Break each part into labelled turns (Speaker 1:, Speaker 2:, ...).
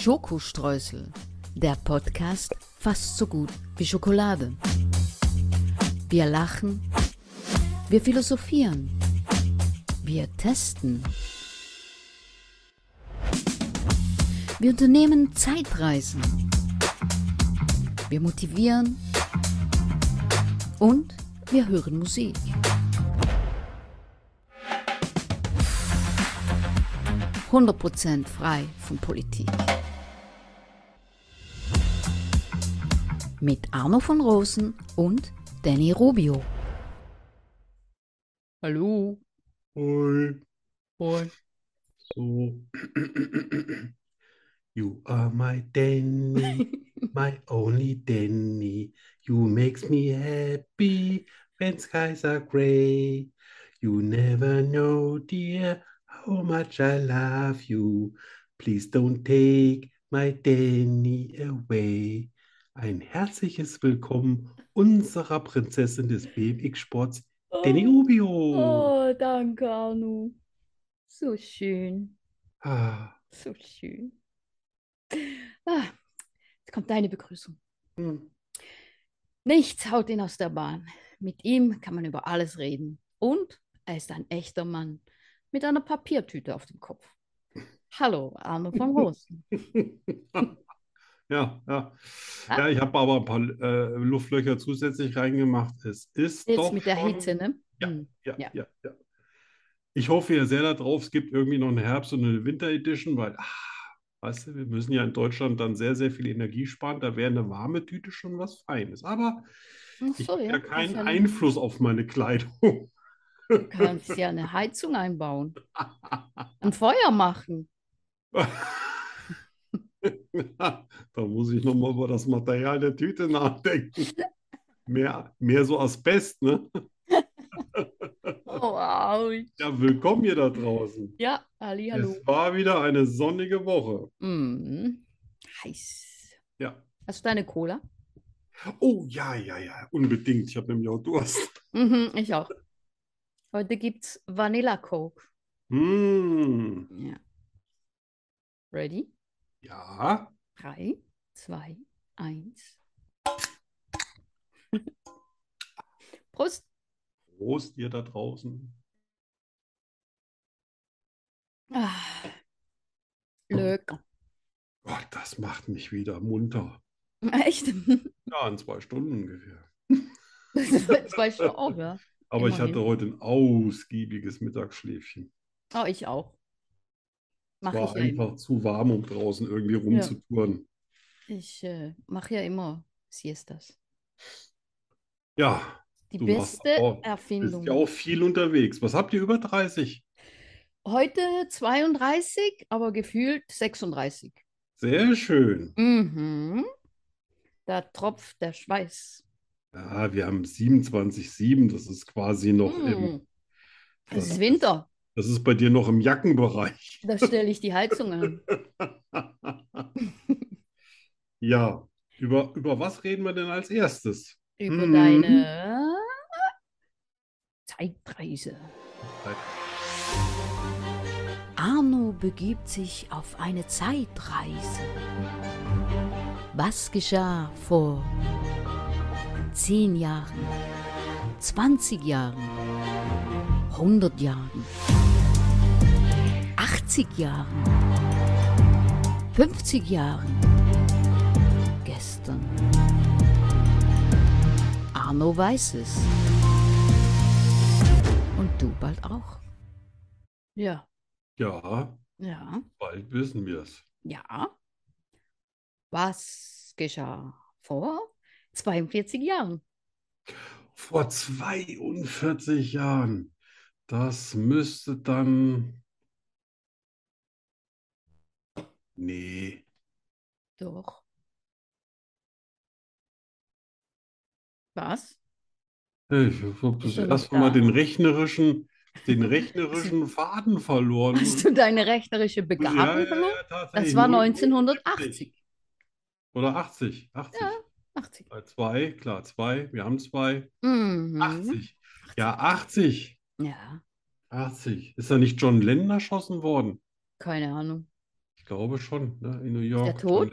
Speaker 1: Schokostreusel, der Podcast fast so gut wie Schokolade. Wir lachen, wir philosophieren, wir testen. Wir unternehmen Zeitreisen. Wir motivieren und wir hören Musik. Hundert Prozent frei von Politik. Mit Arno von Rosen und Danny Rubio.
Speaker 2: Hallo.
Speaker 3: Oi.
Speaker 2: Moin.
Speaker 3: So. You are my Danny, my only Danny. You makes me happy when skies are gray. You never know, dear, how much I love you. Please don't take my Danny away. Ein herzliches Willkommen unserer Prinzessin des BMX-Sports, Danny Rubio.
Speaker 2: Oh, danke, Arno. So schön.
Speaker 3: Ah.
Speaker 2: So schön. Ah, jetzt kommt deine Begrüßung.
Speaker 3: Hm.
Speaker 2: Nichts haut ihn aus der Bahn. Mit ihm kann man über alles reden. Und er ist ein echter Mann mit einer Papiertüte auf dem Kopf. Hallo, Arno von Rosen.
Speaker 3: Ja, ja. Ja, ich habe aber ein paar äh, Luftlöcher zusätzlich reingemacht. Es ist
Speaker 2: Jetzt
Speaker 3: doch
Speaker 2: mit der
Speaker 3: schon.
Speaker 2: Hitze, ne?
Speaker 3: Ja.
Speaker 2: Hm.
Speaker 3: Ja,
Speaker 2: Ja.
Speaker 3: ja, ja. Ich hoffe ja sehr darauf, es gibt irgendwie noch eine Herbst- und eine Winter-Edition, weil, ah, weißt du, wir müssen ja in Deutschland dann sehr, sehr viel Energie sparen. Da wäre eine warme Tüte schon was Feines. Aber
Speaker 2: Ach
Speaker 3: ich
Speaker 2: so,
Speaker 3: habe
Speaker 2: ja.
Speaker 3: ja
Speaker 2: Kannst
Speaker 3: keinen
Speaker 2: ja eine-
Speaker 3: Einfluss auf meine Kleidung.
Speaker 2: Du kannst ja eine Heizung einbauen. Ein Feuer machen.
Speaker 3: Da muss ich nochmal über das Material der Tüte nachdenken. Mehr, mehr so Asbest, ne?
Speaker 2: Oh, ouch.
Speaker 3: Ja, willkommen hier da draußen.
Speaker 2: Ja, Ali, hallo.
Speaker 3: Es war wieder eine sonnige Woche.
Speaker 2: Mm. Heiß.
Speaker 3: Ja.
Speaker 2: Hast du deine Cola?
Speaker 3: Oh, ja, ja, ja, unbedingt. Ich habe nämlich auch Durst.
Speaker 2: Mhm, ich auch. Heute gibt's Vanilla Coke.
Speaker 3: Hm,
Speaker 2: Ja. Ready?
Speaker 3: ja.
Speaker 2: Drei, zwei, eins. Prost.
Speaker 3: Prost, ihr da draußen.
Speaker 2: Ah. Lecker.
Speaker 3: Gott, das macht mich wieder munter.
Speaker 2: Echt?
Speaker 3: Ja, in zwei Stunden ungefähr.
Speaker 2: Das weißt du auch, ja.
Speaker 3: Aber ich hatte
Speaker 2: Immerhin.
Speaker 3: heute ein ausgiebiges Mittagsschläfchen.
Speaker 2: Oh, ich auch.
Speaker 3: Es
Speaker 2: Mache
Speaker 3: war
Speaker 2: ich ja immer.
Speaker 3: einfach zu warm, um draußen irgendwie rumzutouren.
Speaker 2: Ich äh, mache ja immer Siestas.
Speaker 3: Ja,
Speaker 2: Die
Speaker 3: Du machst
Speaker 2: beste
Speaker 3: auch- bist ja
Speaker 2: Erfindung.
Speaker 3: bist ja auch viel unterwegs. Was habt ihr über 30?
Speaker 2: Heute 32, aber gefühlt 36.
Speaker 3: Sehr schön.
Speaker 2: Mhm. Da tropft der Schweiß.
Speaker 3: Ja, wir haben 27,7. Das ist quasi noch im.
Speaker 2: Mhm. Es ist Winter,
Speaker 3: Das ist bei dir noch im Jackenbereich.
Speaker 2: da stelle ich die Heizung an.
Speaker 3: Ja, über, über was reden wir denn als erstes?
Speaker 2: Über
Speaker 3: Mhm.
Speaker 2: deine Zeitreise.
Speaker 1: Arno begibt sich auf eine Zeitreise. Was geschah vor 10 Jahren, 20 Jahren, 100 Jahren, 80 Jahren, 50 Jahren, gestern? Arno weiß es. Und du bald auch.
Speaker 2: Ja,
Speaker 3: Ja,
Speaker 2: ja,
Speaker 3: bald wissen wir es.
Speaker 2: ja. Was geschah vor 42 Jahren?
Speaker 3: Vor 42 Jahren. Das müsste dann. Nee,
Speaker 2: Doch. Was?
Speaker 3: ich habe
Speaker 2: Bist du noch
Speaker 3: erst mal
Speaker 2: da?
Speaker 3: den rechnerischen, den rechnerischen Faden verloren.
Speaker 2: Hast du deine rechnerische
Speaker 3: Hm. Ja,
Speaker 2: Begabung
Speaker 3: ja, ja,
Speaker 2: verloren? Das
Speaker 3: tatsächlich.
Speaker 2: war
Speaker 3: 1970.
Speaker 2: 1980.
Speaker 3: Oder 80, 80.
Speaker 2: Ja. 80.
Speaker 4: Äh,
Speaker 3: Bei Zwei, klar, zwei, wir haben zwei.
Speaker 2: Mhm.
Speaker 3: 80. Ja, 80.
Speaker 2: Ja,
Speaker 3: 80. Ist da nicht John Lennon erschossen worden?
Speaker 2: keine Ahnung.
Speaker 3: Ich
Speaker 4: glaube schon, ne? In New York.
Speaker 2: der tot?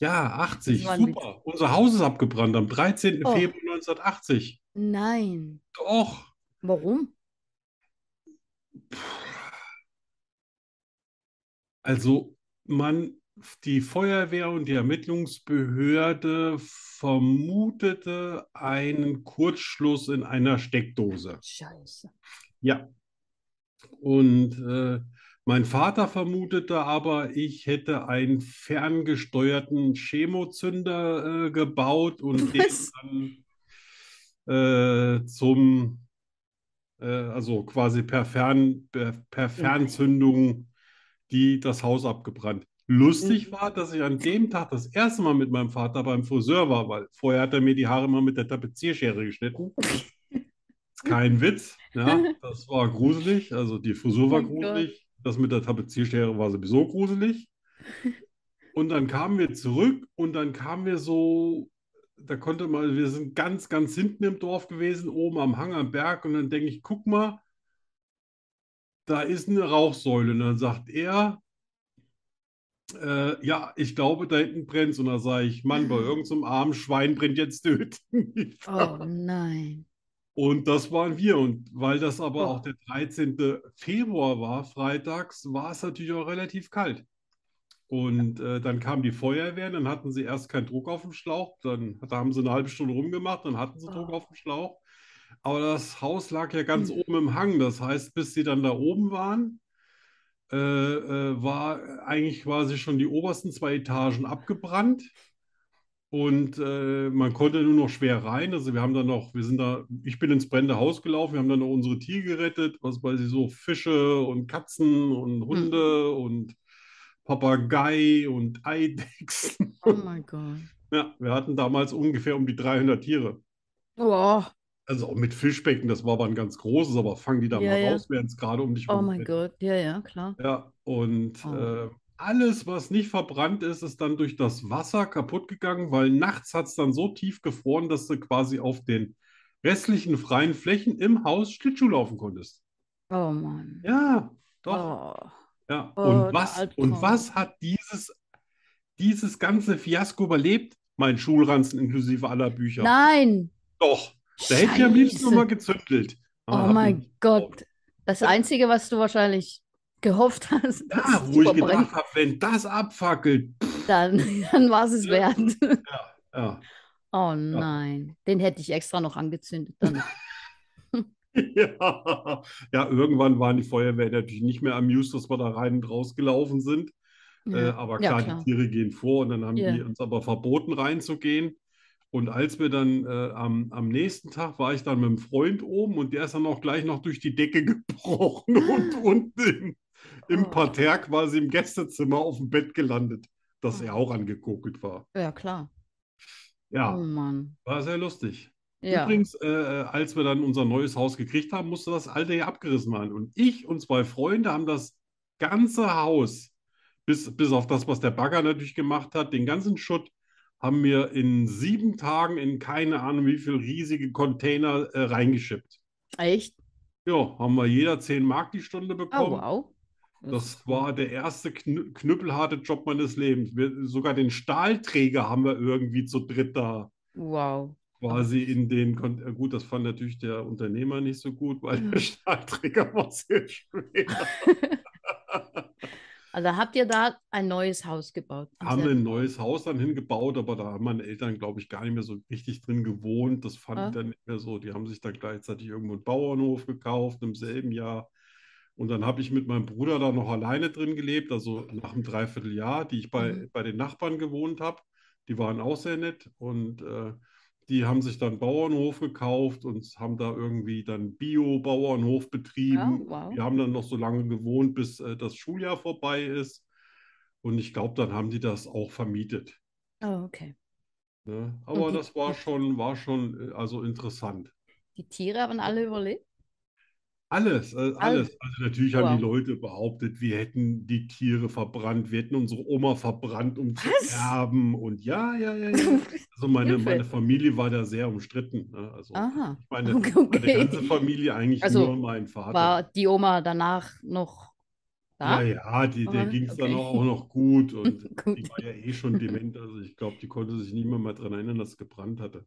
Speaker 4: Ja, 80,
Speaker 2: Das war ein
Speaker 4: super. Unser Haus ist abgebrannt am 13.
Speaker 2: Oh.
Speaker 4: Februar 1980.
Speaker 2: Nein.
Speaker 4: Doch.
Speaker 2: Warum?
Speaker 4: Also man, die Feuerwehr und die Ermittlungsbehörde vermutete einen Kurzschluss in einer Steckdose.
Speaker 2: Scheiße.
Speaker 4: Ja. Und äh, mein Vater vermutete aber, ich hätte einen ferngesteuerten Chemozünder äh, gebaut und den
Speaker 2: Was?
Speaker 4: dann äh, zum, äh, also quasi per Fern, per, per Fernzündung, die das Haus abgebrannt. Lustig war, dass ich an dem Tag das erste Mal mit meinem Vater beim Friseur war, weil vorher hat er mir die Haare immer mit der Tapezierschere geschnitten. Ist kein Witz, ja. Das war gruselig. Also die Frisur war
Speaker 2: Oh Gott.
Speaker 4: gruselig. Das mit der Tapezierschere war sowieso gruselig. Und dann kamen wir zurück und dann kamen wir so, da konnte man, wir sind ganz, ganz hinten im Dorf gewesen, oben am Hang am Berg. Und dann denke ich, guck mal, da ist eine Rauchsäule. Und dann sagt er, äh, ja, ich glaube, da hinten brennt Und dann sage ich, Mann, bei irgendeinem so einem armen Schwein brennt jetzt der Hütten.
Speaker 2: Oh nein.
Speaker 4: Und das waren wir. Und weil das aber
Speaker 2: Oh.
Speaker 4: auch der 13. Februar war, freitags, war es natürlich auch relativ kalt. Und äh, dann kam die Feuerwehr, dann hatten sie erst keinen Druck auf dem Schlauch, dann da haben sie eine halbe Stunde rumgemacht, dann hatten sie Druck
Speaker 2: Oh.
Speaker 4: auf dem Schlauch. Aber das Haus lag ja ganz
Speaker 2: Hm.
Speaker 4: oben im Hang. Das heißt, bis sie dann da oben waren, äh, äh, war eigentlich quasi schon die obersten zwei Etagen abgebrannt. Und äh, man konnte nur noch schwer rein. Also wir haben dann noch, wir sind da, ich bin ins brennende Haus gelaufen, wir haben dann noch unsere Tiere gerettet, was weiß ich so, Fische und Katzen und Hunde und Papagei und Eidechsen.
Speaker 2: Oh mein Gott.
Speaker 4: Ja, wir hatten damals ungefähr um die 300 Tiere.
Speaker 2: Oh,
Speaker 4: Also auch mit Fischbecken, das war aber ein ganz großes, aber fang die da
Speaker 2: Ja,
Speaker 4: mal
Speaker 2: ja.
Speaker 4: raus, während es gerade um dich
Speaker 2: oh
Speaker 4: rum
Speaker 2: mein
Speaker 4: brennt.
Speaker 2: Gott. Ja, ja, klar.
Speaker 4: Ja, und
Speaker 2: Oh.
Speaker 4: äh, alles, was nicht verbrannt ist, ist dann durch das Wasser kaputt gegangen, weil nachts hat es dann so tief gefroren, dass du quasi auf den restlichen freien Flächen im Haus Schlittschuh laufen konntest.
Speaker 2: Oh Mann.
Speaker 4: Ja, doch.
Speaker 2: Oh.
Speaker 4: Ja.
Speaker 2: Oh,
Speaker 4: Und
Speaker 2: der
Speaker 4: was,
Speaker 2: Albtraum.
Speaker 4: und was hat dieses, dieses ganze Fiasko überlebt? Mein Schulranzen inklusive aller Bücher.
Speaker 2: Nein.
Speaker 4: Doch, da hätte ich am liebsten Ah,
Speaker 2: Scheiße.
Speaker 4: nochmal gezündelt.
Speaker 2: Oh
Speaker 4: hat
Speaker 2: mein
Speaker 4: mich-
Speaker 2: Gott. Das Einzige, was du wahrscheinlich gehofft hast,
Speaker 4: Ja,
Speaker 2: dass es
Speaker 4: wo ich
Speaker 2: verbrennt,
Speaker 4: gedacht habe, wenn das abfackelt,
Speaker 2: dann, dann war es es wert.
Speaker 4: ja.
Speaker 2: Oh nein. Den hätte ich extra noch angezündet. Dann.
Speaker 4: Ja. Ja, irgendwann waren die Feuerwehr natürlich nicht mehr amused, dass wir da rein und raus gelaufen sind. Äh,
Speaker 2: Ja.
Speaker 4: aber
Speaker 2: Ja,
Speaker 4: klar,
Speaker 2: klar.
Speaker 4: die Tiere gehen vor und dann haben
Speaker 2: Ja.
Speaker 4: die uns aber verboten reinzugehen. Und als wir dann äh, am, am nächsten Tag war ich dann mit einem Freund oben und der ist dann auch gleich noch durch die Decke gebrochen und unten im, im
Speaker 2: Ah. Oh.
Speaker 4: Parterre quasi im Gästezimmer auf dem Bett gelandet,
Speaker 2: Ah.
Speaker 4: dass er auch angekokelt war.
Speaker 2: Ja, klar. Oh
Speaker 4: Ja,
Speaker 2: Mann.
Speaker 4: war sehr lustig.
Speaker 2: Ja.
Speaker 4: Übrigens, äh, als wir dann unser neues Haus gekriegt haben, musste das alte ja abgerissen werden. Und ich und zwei Freunde haben das ganze Haus, bis, bis auf das, was der Bagger natürlich gemacht hat, den ganzen Schutt, haben wir in sieben Tagen in keine Ahnung wie viel riesige Container äh, reingeschippt.
Speaker 2: Echt?
Speaker 4: Ja, haben wir jeder 10 Mark die Stunde
Speaker 2: Oh,
Speaker 4: bekommen.
Speaker 2: wow.
Speaker 4: Das war der erste knü knüppelharte Job meines Lebens. Wir, sogar den Stahlträger haben wir irgendwie zu dritt da
Speaker 2: Wow.
Speaker 4: quasi in den, Kon äh, gut, das fand natürlich der Unternehmer nicht so gut, weil der Stahlträger war sehr schwer.
Speaker 2: Also habt ihr da ein neues Haus gebaut?
Speaker 4: Haben wir ein neues Haus dann hingebaut, aber da haben meine Eltern, glaube ich, gar nicht mehr so richtig drin gewohnt. Das fand
Speaker 2: Ah.
Speaker 4: ich dann nicht mehr so. Die haben sich dann gleichzeitig irgendwo einen Bauernhof gekauft im selben Jahr. Und dann habe ich mit meinem Bruder da noch alleine drin gelebt, also nach einem Dreivierteljahr, die ich bei,
Speaker 2: Mhm.
Speaker 4: bei den Nachbarn gewohnt habe. Die waren auch sehr nett und äh, die haben sich dann einen Bauernhof gekauft und haben da irgendwie dann Bio-Bauernhof betrieben.
Speaker 2: Oh, wow.
Speaker 4: Wir haben dann noch so lange gewohnt, bis äh, das Schuljahr vorbei ist. Und ich glaube, dann haben die das auch vermietet.
Speaker 2: Oh, okay.
Speaker 4: Ne? Aber
Speaker 2: die-
Speaker 4: das war schon, war schon äh, also interessant.
Speaker 2: Die Tiere haben alle überlebt?
Speaker 4: Alles, äh, alles. Also natürlich haben die Leute behauptet, wir hätten die Tiere verbrannt, wir hätten unsere Oma verbrannt, um zu
Speaker 2: Was?
Speaker 4: erben. Und ja, ja, ja, ja. Also meine,
Speaker 2: Hilfe.
Speaker 4: meine Familie war da sehr umstritten. Ne? Also
Speaker 2: Aha.
Speaker 4: ich meine,
Speaker 2: Okay.
Speaker 4: meine ganze Familie eigentlich
Speaker 2: Also,
Speaker 4: nur mein Vater.
Speaker 2: War die Oma danach noch Da?
Speaker 4: Ja, ja, die, der
Speaker 2: Aber-
Speaker 4: ging es dann
Speaker 2: okay.
Speaker 4: auch noch gut und
Speaker 2: Gut.
Speaker 4: die war ja eh schon dement, also ich glaube, die konnte sich nicht mehr mal dran erinnern, dass es gebrannt hatte.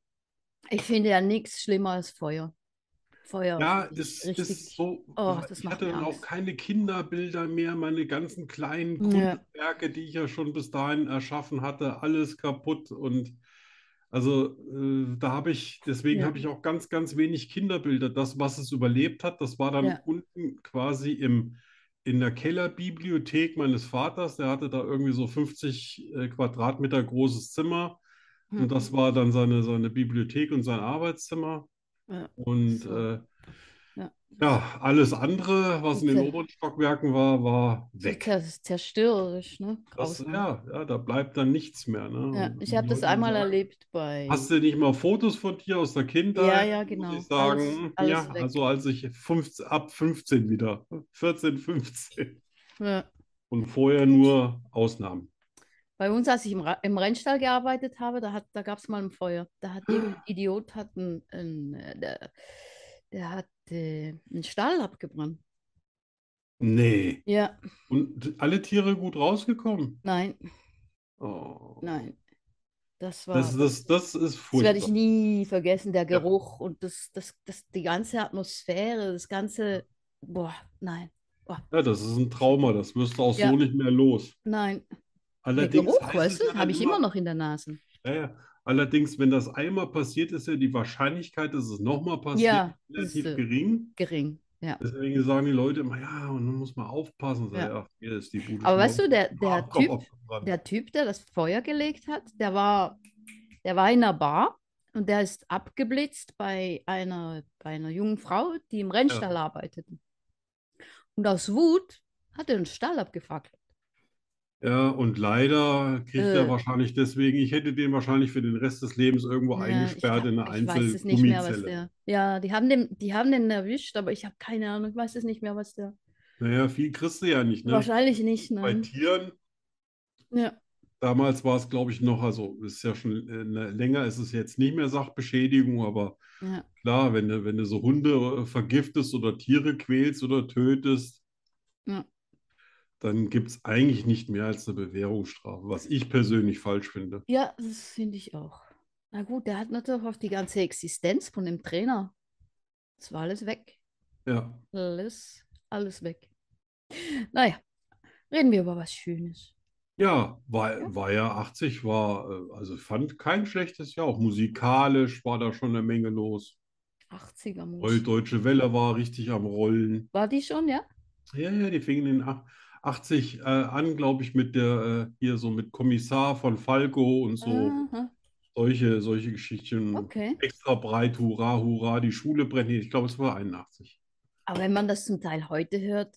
Speaker 2: Ich finde ja nichts schlimmer als Feuer. Feuer
Speaker 4: Ja,
Speaker 2: finde ich
Speaker 4: das
Speaker 2: richtig.
Speaker 4: ist so,
Speaker 2: Oh,
Speaker 4: ich
Speaker 2: das
Speaker 4: hatte
Speaker 2: macht mir
Speaker 4: dann auch
Speaker 2: Angst.
Speaker 4: keine Kinderbilder mehr, meine ganzen kleinen
Speaker 2: Ja.
Speaker 4: Kunstwerke, die ich ja schon bis dahin erschaffen hatte, alles kaputt und also äh, da habe ich, deswegen
Speaker 2: Ja.
Speaker 4: habe ich auch ganz, ganz wenig Kinderbilder. Das, was es überlebt hat, das war dann
Speaker 2: Ja.
Speaker 4: unten quasi im, in der Kellerbibliothek meines Vaters. Der hatte da irgendwie so 50 äh, Quadratmeter großes Zimmer.
Speaker 2: Hm.
Speaker 4: Und das war dann seine, seine Bibliothek und sein Arbeitszimmer.
Speaker 2: Ja,
Speaker 4: Und
Speaker 2: so.
Speaker 4: äh,
Speaker 2: Ja.
Speaker 4: ja, alles andere, was in den
Speaker 2: Bitte.
Speaker 4: oberen Stockwerken war, war
Speaker 2: So
Speaker 4: weg.
Speaker 2: zer- zerstörerisch, ne?
Speaker 4: Das,
Speaker 2: Grausam.
Speaker 4: ja, ja, da bleibt dann nichts mehr. Ne?
Speaker 2: Ja,
Speaker 4: Und
Speaker 2: ich
Speaker 4: die
Speaker 2: habe das
Speaker 4: Leute
Speaker 2: einmal
Speaker 4: sagen,
Speaker 2: erlebt bei.
Speaker 4: Hast du nicht mal Fotos von dir aus der
Speaker 2: Ja,
Speaker 4: Kindheit?
Speaker 2: ja,
Speaker 4: Muss
Speaker 2: genau.
Speaker 4: ich sagen,
Speaker 2: Alles, alles
Speaker 4: ja,
Speaker 2: weg.
Speaker 4: also als ich 15, ab 15 wieder, 14, 15
Speaker 2: Ja.
Speaker 4: und vorher nur Ausnahmen.
Speaker 2: Bei uns, als ich im, Ra im Rennstall gearbeitet habe, da, hat- da gab es mal ein Feuer. Da hat irgendein Idiot hat ein, ein, äh, der, der hat äh, einen Stall abgebrannt.
Speaker 4: Nee.
Speaker 2: Ja,
Speaker 4: Und alle Tiere gut rausgekommen?
Speaker 2: nein,
Speaker 4: Oh.
Speaker 2: nein. Das war,
Speaker 4: Das,
Speaker 2: das,
Speaker 4: das, das ist
Speaker 2: werde ich
Speaker 4: furchtbar.
Speaker 2: nie vergessen, der
Speaker 4: Ja.
Speaker 2: Geruch und das, das, das, die ganze Atmosphäre, das ganze, boah, nein,
Speaker 4: Ja, das ist ein Trauma, das wirst du auch
Speaker 2: Ja.
Speaker 4: so nicht mehr los.
Speaker 2: nein. Der
Speaker 4: Allerdings
Speaker 2: Geruch,
Speaker 4: heißt es
Speaker 2: weißt
Speaker 4: ja
Speaker 2: du,
Speaker 4: dann
Speaker 2: habe ich
Speaker 4: immer,
Speaker 2: immer noch in der Nase.
Speaker 4: Ja, ja. Allerdings, wenn das einmal passiert, ist ja die Wahrscheinlichkeit, dass es nochmal passiert,
Speaker 2: Ja, das
Speaker 4: relativ
Speaker 2: ist, äh,
Speaker 4: gering.
Speaker 2: Gering, ja.
Speaker 4: Deswegen sagen die Leute immer, ja, und dann muss man aufpassen. Sag,
Speaker 2: Ja.
Speaker 4: ja, hier ist die Bude
Speaker 2: Aber
Speaker 4: schon
Speaker 2: weißt
Speaker 4: mal
Speaker 2: du, der, der
Speaker 4: Abkopf
Speaker 2: Typ,
Speaker 4: abgebrannt.
Speaker 2: der Typ, der das Feuer gelegt hat, der war, der war in einer Bar und der ist abgeblitzt bei einer, bei einer jungen Frau, die im Rennstall arbeitete. Und aus Wut hat er den Stall abgefackelt.
Speaker 4: Ja, und leider kriegt er
Speaker 2: Äh.
Speaker 4: wahrscheinlich deswegen, ich hätte den wahrscheinlich für den Rest des Lebens irgendwo
Speaker 2: Ja, ich
Speaker 4: eingesperrt
Speaker 2: glaub-
Speaker 4: in einer
Speaker 2: ich weiß es nicht mehr, was
Speaker 4: Einzelgummizelle.
Speaker 2: der. Ja, die haben den, die haben den erwischt, aber ich habe keine Ahnung, ich weiß es nicht mehr, was der.
Speaker 4: Naja, viel kriegst du ja nicht, ne?
Speaker 2: Wahrscheinlich nicht,
Speaker 4: Bei
Speaker 2: nein.
Speaker 4: Tieren,
Speaker 2: Ja,
Speaker 4: damals war es, glaube ich, noch, also ist ja schon äh, ne, länger, ist es jetzt nicht mehr Sachbeschädigung, aber.
Speaker 2: ja,
Speaker 4: Klar, wenn du, wenn du so Hunde äh, vergiftest oder Tiere quälst oder tötest,
Speaker 2: Ja.
Speaker 4: dann gibt es eigentlich nicht mehr als eine Bewährungsstrafe, was ich persönlich falsch finde.
Speaker 2: ja, das finde ich auch. Na gut, der hat natürlich auch die ganze Existenz von dem Trainer. Das war alles weg.
Speaker 4: Ja.
Speaker 2: Alles, alles weg. Naja, reden wir über was Schönes.
Speaker 4: Ja, war, war ja 80, war, äh, also fand kein schlechtes Jahr. Auch musikalisch war da schon eine Menge los.
Speaker 2: 80er
Speaker 4: Roll
Speaker 2: Musik.
Speaker 4: Deutsche Welle war richtig am Rollen.
Speaker 2: War die schon, ja?
Speaker 4: Ja, ja, die fingen in ach- 80 äh, an, glaube ich, mit der, äh, hier so mit Kommissar von Falco und so.
Speaker 2: Aha,
Speaker 4: Solche, solche Geschichten.
Speaker 2: Ah. okay.
Speaker 4: extra breit, hurra, hurra, die Schule brennt. Nee, Ich glaube, es war 81.
Speaker 2: Aber wenn man das zum Teil heute hört,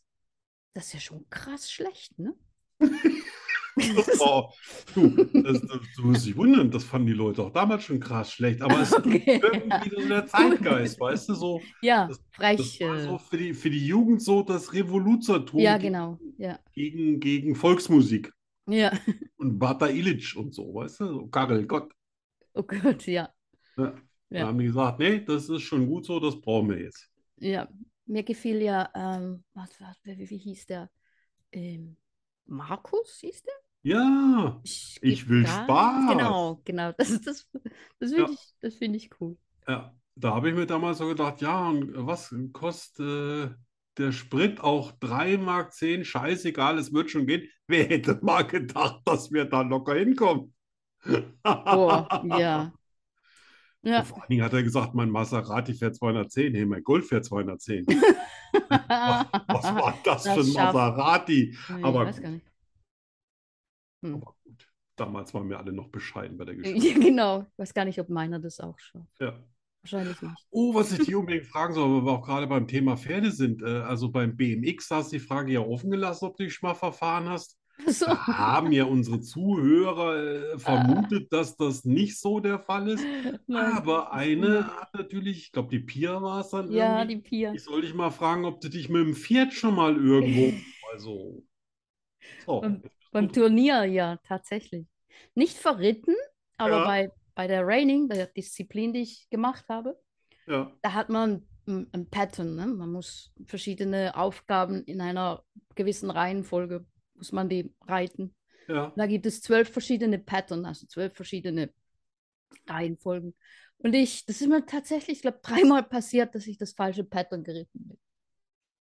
Speaker 2: das ist ja schon krass schlecht, ne?
Speaker 4: Das war, Oh, du, das, das, du wirst dich wundern, das fanden die Leute auch damals schon krass schlecht. Aber es ist
Speaker 2: Okay.
Speaker 4: irgendwie so der Zeitgeist, weißt du, so,
Speaker 2: Ja,
Speaker 4: das- das
Speaker 2: frech.
Speaker 4: war so
Speaker 2: äh,
Speaker 4: für die, für die Jugend so das Revoluzertum
Speaker 2: Ja, genau. Ja,
Speaker 4: gegen, gegen Volksmusik
Speaker 2: ja.
Speaker 4: und Bata Illich und so, weißt du, so Karel Gott.
Speaker 2: Oh Gott, ja.
Speaker 4: Da
Speaker 2: Ja.
Speaker 4: haben die gesagt, nee, das ist schon gut so, das brauchen wir jetzt.
Speaker 2: Ja, mir gefiel ja, ähm, was, was, wie, wie hieß der? Ähm, Markus hieß der?
Speaker 4: Ja,
Speaker 2: Ich,
Speaker 4: Ich
Speaker 2: geb
Speaker 4: will
Speaker 2: gar nicht-
Speaker 4: Spaß.
Speaker 2: Genau, genau. Das, das, das
Speaker 4: Ja.
Speaker 2: finde ich, das finde ich cool.
Speaker 4: Ja, da habe ich mir damals so gedacht, ja, und was kostet äh, der Sprit auch 3 Mark 10? Scheißegal, es wird schon gehen. Wer hätte mal gedacht, dass wir da locker hinkommen?
Speaker 2: Boah, ja. Ja,
Speaker 4: Vor allen Dingen hat er gesagt, mein Maserati fährt 210, hey, mein Golf fährt 210. Was war
Speaker 2: Das
Speaker 4: das für ein
Speaker 2: schafft-
Speaker 4: Maserati?
Speaker 2: Nee, ich
Speaker 4: aber
Speaker 2: weiß
Speaker 4: gut.
Speaker 2: gar nicht. Hm.
Speaker 4: Aber gut, damals waren wir alle noch bescheiden bei der Geschichte.
Speaker 2: Ja, genau, ich weiß gar nicht, ob meiner das auch schafft.
Speaker 4: Ja.
Speaker 2: Wahrscheinlich nicht.
Speaker 4: Oh, was ich dich unbedingt fragen soll, weil wir auch gerade beim Thema Pferde sind. Äh, Also beim BMX hast du die Frage ja offen gelassen, ob du dich schon mal verfahren hast.
Speaker 2: So,
Speaker 4: Da haben ja unsere Zuhörer äh, vermutet, dass das nicht so der Fall ist.
Speaker 2: nein.
Speaker 4: Aber eine hat natürlich, ich glaube, die Pia war es dann
Speaker 2: Ja,
Speaker 4: irgendwie.
Speaker 2: die Pia.
Speaker 4: Ich soll dich mal fragen, ob du dich mit dem Pferd schon mal irgendwo. Also. So.
Speaker 2: Beim- Beim Turnier, ja, tatsächlich. Nicht verritten, aber
Speaker 4: Ja.
Speaker 2: bei, bei der Raining, der Disziplin, die ich gemacht habe,
Speaker 4: Ja.
Speaker 2: da hat man ein, ein Pattern, ne? Man muss verschiedene Aufgaben in einer gewissen Reihenfolge muss man die reiten.
Speaker 4: Ja.
Speaker 2: Da gibt es zwölf verschiedene Pattern, also zwölf verschiedene Reihenfolgen. Und ich, das ist mir tatsächlich, ich glaube, dreimal passiert, dass ich das falsche Pattern geritten bin.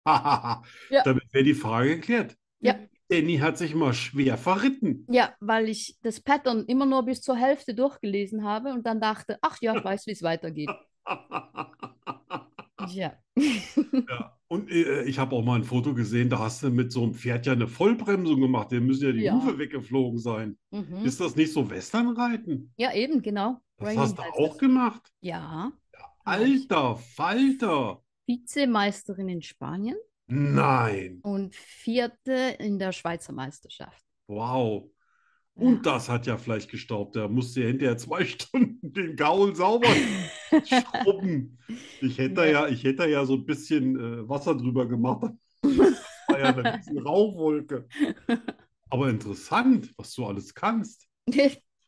Speaker 4: Hahaha.
Speaker 2: Ja.
Speaker 4: Damit wäre die Frage geklärt.
Speaker 2: Ja.
Speaker 4: Danny hat sich mal schwer verritten.
Speaker 2: Ja, weil ich das Pattern immer nur bis zur Hälfte durchgelesen habe und dann dachte, ach ja, ich weiß, wie es weitergeht. Ja.
Speaker 4: Ja. Und äh, ich habe auch mal ein Foto gesehen, da hast du mit so einem Pferd ja eine Vollbremsung gemacht. Dem müssen ja die
Speaker 2: Ja.
Speaker 4: Hufe weggeflogen sein.
Speaker 2: Mhm.
Speaker 4: Ist das nicht so Westernreiten?
Speaker 2: Ja, eben, genau.
Speaker 4: Das
Speaker 2: Reining
Speaker 4: hast du
Speaker 2: heißt
Speaker 4: auch
Speaker 2: das.
Speaker 4: gemacht.
Speaker 2: Ja, Ja, ich-
Speaker 4: Alter Falter.
Speaker 2: Vizemeisterin in Spanien
Speaker 4: Nein.
Speaker 2: und vierte in der Schweizer Meisterschaft.
Speaker 4: Wow.
Speaker 2: Ja.
Speaker 4: Und das hat ja Fleisch gestaubt. Da musste ja hinterher zwei Stunden den Gaul sauber schrubben. Ich hätte da
Speaker 2: Nee.
Speaker 4: ja, ich hätte da ja so ein bisschen äh, Wasser drüber gemacht. Das war ja eine riesen Rauchwolke. Aber interessant, was du alles kannst.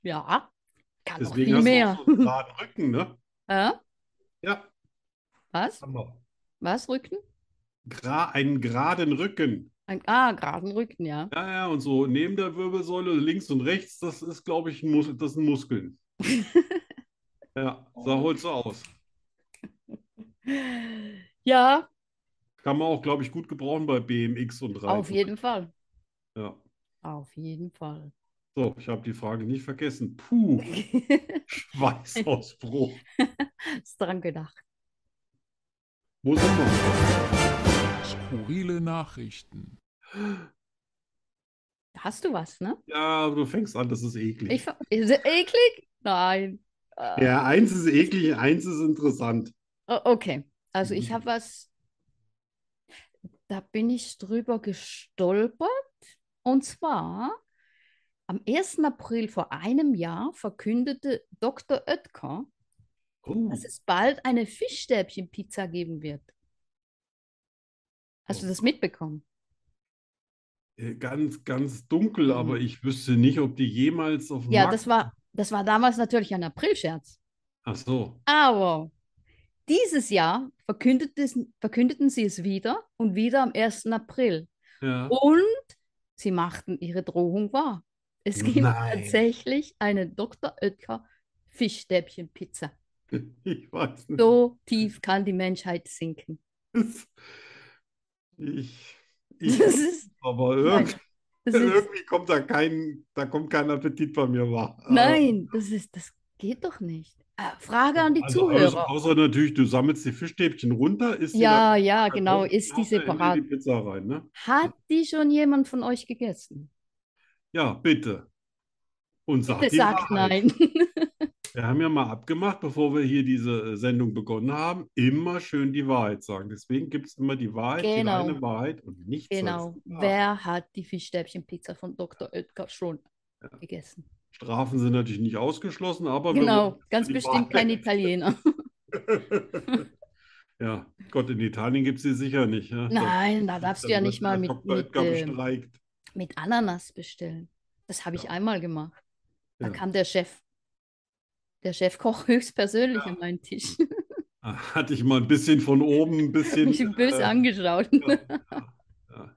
Speaker 2: Ja, kann noch viel
Speaker 4: Deswegen hast du auch
Speaker 2: mehr.
Speaker 4: so einen geraden Rücken, ne?
Speaker 2: Äh?
Speaker 4: Ja,
Speaker 2: Was?
Speaker 4: haben wir.
Speaker 2: Was? Rücken?
Speaker 4: Gra einen geraden Rücken.
Speaker 2: Ein, ah, geraden Rücken, ja.
Speaker 4: Ja, ja, und so neben der Wirbelsäule, links und rechts, das ist, glaube ich, ein Mus das sind Muskeln. Ja, sah heute so aus.
Speaker 2: Ja,
Speaker 4: Kann man auch, glaube ich, gut gebrauchen bei BMX und Reiten.
Speaker 2: auf jeden Fall.
Speaker 4: Ja.
Speaker 2: Auf jeden Fall.
Speaker 4: So, ich habe die Frage nicht vergessen. Puh, Schweißausbruch.
Speaker 2: Ist dran gedacht.
Speaker 4: Wo sind wir?
Speaker 5: Skurrile Nachrichten.
Speaker 2: Hast du was, ne?
Speaker 4: Ja, aber du fängst an, das ist eklig.
Speaker 2: Ich, ver- ist er eklig? Nein. Äh,
Speaker 4: Ja, eins ist eklig, eins ist interessant.
Speaker 2: o- Oh, Okay, also ich
Speaker 4: Mhm.
Speaker 2: habe was, da bin ich drüber gestolpert. Und zwar am 1. April vor einem Jahr verkündete Dr. Oetker,
Speaker 4: Oh,
Speaker 2: dass es bald eine Fischstäbchenpizza geben wird. Hast du
Speaker 4: Oh.
Speaker 2: das mitbekommen?
Speaker 4: äh, ganz, ganz dunkel, aber
Speaker 2: Mhm.
Speaker 4: ich wüsste nicht, ob die jemals auf den
Speaker 2: Ja,
Speaker 4: Markt
Speaker 2: das war, das war damals natürlich ein Aprilscherz.
Speaker 4: Ach so.
Speaker 2: Aber dieses Jahr verkündeten, verkündeten sie es wieder und wieder am 1. April.
Speaker 4: Ja.
Speaker 2: Und sie machten ihre Drohung wahr. Es gibt
Speaker 4: Nein.
Speaker 2: tatsächlich eine Dr. Oetker Fischstäbchenpizza.
Speaker 4: Ich weiß nicht.
Speaker 2: So tief kann die Menschheit sinken.
Speaker 4: Ich, ich,
Speaker 2: Das ist,
Speaker 4: aber
Speaker 2: nein,
Speaker 4: irg-
Speaker 2: das ist,
Speaker 4: irgendwie kommt da kein, da kommt kein Appetit bei mir wahr. Äh,
Speaker 2: nein, das ist, das geht doch nicht. Äh, Frage an die
Speaker 4: Also alles,
Speaker 2: Zuhörer.
Speaker 4: außer natürlich, du sammelst die Fischstäbchen runter, isst die
Speaker 2: Ja,
Speaker 4: dann
Speaker 2: ja,
Speaker 4: Kartoffeln
Speaker 2: genau, ist die
Speaker 4: raus, dann in
Speaker 2: separat.
Speaker 4: die Pizza rein, ne?
Speaker 2: Hat die schon jemand von euch gegessen?
Speaker 4: Ja, bitte. Und sag
Speaker 2: Der
Speaker 4: die
Speaker 2: sagt
Speaker 4: Wahrheit.
Speaker 2: nein.
Speaker 4: Wir haben ja mal abgemacht, bevor wir hier diese äh, Sendung begonnen haben, immer schön die Wahrheit sagen. Deswegen gibt es immer die Wahrheit, die
Speaker 2: Genau.
Speaker 4: reine Wahrheit und nichts als
Speaker 2: Genau.
Speaker 4: die Wahrheit.
Speaker 2: Wer hat die Fischstäbchenpizza von Dr. Oetker schon gegessen?
Speaker 4: Strafen sind natürlich nicht ausgeschlossen, aber wir
Speaker 2: Genau, ganz
Speaker 4: Also, die
Speaker 2: bestimmt kein Italiener.
Speaker 4: Ja, Gott, in Italien gibt es sie sicher nicht. Ja?
Speaker 2: Nein, da darfst du ja nicht mal mit,
Speaker 4: äh,
Speaker 2: mit, ähm,
Speaker 4: gestreikt.
Speaker 2: mit Ananas bestellen. Das habe ich
Speaker 4: Ja.
Speaker 2: einmal gemacht. Da
Speaker 4: Ja.
Speaker 2: kam der Chef, der Chefkoch höchstpersönlich an meinen Tisch.
Speaker 4: Ah, Hatte ich mal ein bisschen von oben, ein bisschen.
Speaker 2: Mich böse
Speaker 4: äh,
Speaker 2: angeschaut.
Speaker 4: ja, ja, ja.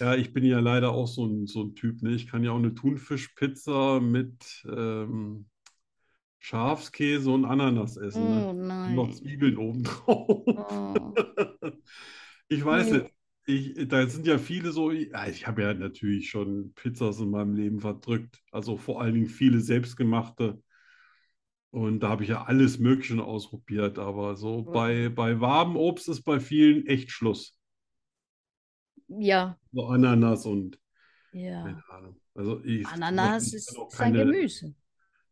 Speaker 4: ja, ich bin ja leider auch so ein, so ein Typ. Ne? Ich kann ja auch eine Thunfischpizza mit ähm, Schafskäse und Ananas essen. Ne?
Speaker 2: Oh
Speaker 4: Und noch
Speaker 2: nein.
Speaker 4: Zwiebeln obendrauf.
Speaker 2: Oh.
Speaker 4: Ich weiß
Speaker 2: Nee.
Speaker 4: nicht. Ich, da sind ja viele so, ja, ich habe ja natürlich schon Pizzas in meinem Leben verdrückt. Also vor allen Dingen viele selbstgemachte. Und da habe ich ja alles Mögliche ausprobiert. Aber so
Speaker 2: Oh.
Speaker 4: bei, bei warmem Obst ist bei vielen echt Schluss.
Speaker 2: Ja,
Speaker 4: So Ananas und
Speaker 2: ja.
Speaker 4: keine Ahnung. Also ich,
Speaker 2: Ananas
Speaker 4: ich
Speaker 2: ist,
Speaker 4: kann auch
Speaker 2: ist ein
Speaker 4: keine,
Speaker 2: Gemüse.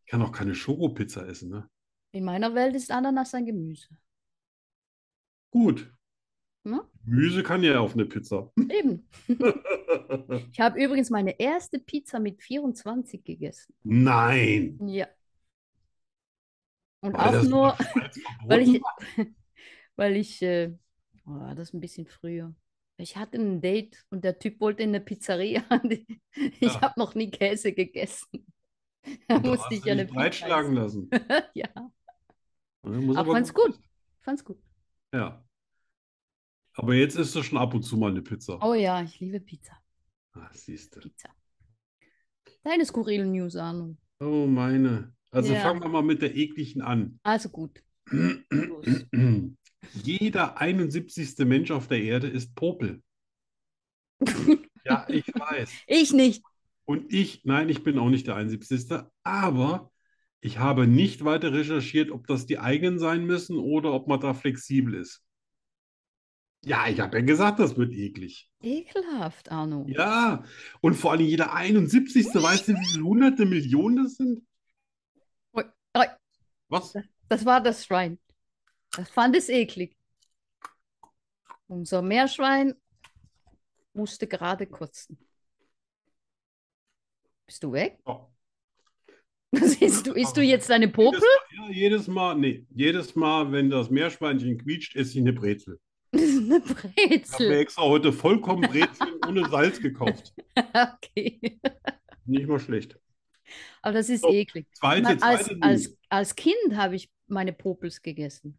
Speaker 4: ich kann auch keine Schokopizza essen, ne?
Speaker 2: In meiner Welt ist Ananas ein Gemüse.
Speaker 4: Gut.
Speaker 2: Ja.
Speaker 4: Gemüse kann ja auf eine Pizza.
Speaker 2: Eben. Ich habe übrigens meine erste Pizza mit 24 gegessen.
Speaker 4: Nein.
Speaker 2: Ja. Und
Speaker 4: Weil
Speaker 2: auch
Speaker 4: das in
Speaker 2: nur,
Speaker 4: der Schweiz
Speaker 2: weil
Speaker 4: verboten
Speaker 2: ich, weil ich, äh, oh, das ist ein bisschen früher. Ich hatte ein Date und der Typ wollte in eine Pizzeria. Und ich
Speaker 4: Ja.
Speaker 2: habe noch nie Käse gegessen. Da
Speaker 4: Und da
Speaker 2: musste
Speaker 4: hast
Speaker 2: ich
Speaker 4: du
Speaker 2: ja
Speaker 4: dich
Speaker 2: eine Pizza
Speaker 4: breitschlagen lassen.
Speaker 2: essen. Ja,
Speaker 4: Ja, muss
Speaker 2: aber fand's gut. fand's gut.
Speaker 4: Ja. Aber jetzt isst du schon ab und zu mal eine Pizza.
Speaker 2: Oh ja, ich liebe Pizza.
Speaker 4: Ah, siehst du.
Speaker 2: Pizza. Deine skurrilen News, Arno.
Speaker 4: Oh, meine. Also
Speaker 2: Ja.
Speaker 4: fangen wir mal mit der ekligen an.
Speaker 2: Also gut. Los.
Speaker 4: Jeder 71. Mensch auf der Erde ist Popel. Ja, ich weiß.
Speaker 2: Ich nicht.
Speaker 4: Und ich, nein, ich bin auch nicht der 71. Aber ich habe nicht weiter recherchiert, ob das die eigenen sein müssen oder ob man da flexibel ist. Ja, ich habe ja gesagt, das wird eklig.
Speaker 2: Ekelhaft, Arno.
Speaker 4: Ja, und vor allem jeder 71. Weißt du, wie viele hunderte Millionen das sind?
Speaker 2: Oi, oi.
Speaker 4: Was?
Speaker 2: Das war das Schwein. Das fand es eklig. Unser Meerschwein musste gerade kotzen. Bist du weg?
Speaker 4: Ja.
Speaker 2: Was isst du? Isst du jetzt deine
Speaker 4: Jedes
Speaker 2: Popel?
Speaker 4: Mal, ja, jedes Mal, nee, jedes Mal, wenn das Meerschweinchen quietscht, esse ich eine Brezel.
Speaker 2: Das ist eine
Speaker 4: Ich habe mir
Speaker 2: Brezel.
Speaker 4: extra heute vollkommen Brezeln ohne Salz gekauft.
Speaker 2: Okay.
Speaker 4: Nicht mal schlecht.
Speaker 2: Aber das ist
Speaker 4: So,
Speaker 2: eklig.
Speaker 4: Zweite,
Speaker 2: Man, als,
Speaker 4: zweite News.
Speaker 2: als, als Kind habe ich meine Popels gegessen.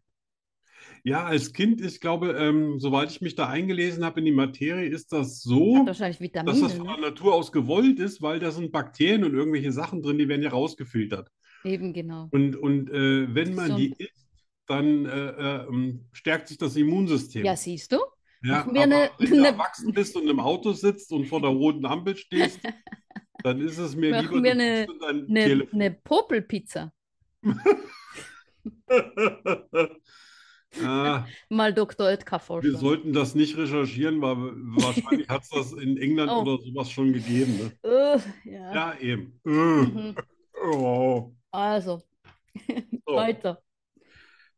Speaker 4: Ja, als Kind ist, glaube ähm, soweit ich mich da eingelesen habe in die Materie, ist das so,
Speaker 2: Hat wahrscheinlich
Speaker 4: dass das
Speaker 2: Vitamine,
Speaker 4: von
Speaker 2: ne?
Speaker 4: der Natur aus gewollt ist, weil da sind Bakterien und irgendwelche Sachen drin, die werden ja rausgefiltert.
Speaker 2: Eben genau.
Speaker 4: Und, und äh, wenn man die
Speaker 2: Gesund.
Speaker 4: isst, dann äh, äh, ähm, stärkt sich das Immunsystem.
Speaker 2: Ja, siehst du?
Speaker 4: Ja,
Speaker 2: machen wir
Speaker 4: aber
Speaker 2: eine-
Speaker 4: wenn du
Speaker 2: eine-
Speaker 4: erwachsen bist und im Auto sitzt und vor der roten Ampel stehst, dann ist es mir
Speaker 2: Machen
Speaker 4: lieber, du
Speaker 2: wir eine-
Speaker 4: guckst in dein
Speaker 2: Eine,
Speaker 4: Telefon.
Speaker 2: eine Popelpizza.
Speaker 4: Ah,
Speaker 2: Mal Dr. Oetker
Speaker 4: wir
Speaker 2: vorschlagen.
Speaker 4: sollten das nicht recherchieren, weil wahrscheinlich hat es das in England
Speaker 2: Oh.
Speaker 4: oder sowas schon gegeben. Ne?
Speaker 2: Äh, ja.
Speaker 4: Ja, eben. Äh,
Speaker 2: Mhm.
Speaker 4: Oh.
Speaker 2: Also,
Speaker 4: So.
Speaker 2: weiter.
Speaker 4: Äh,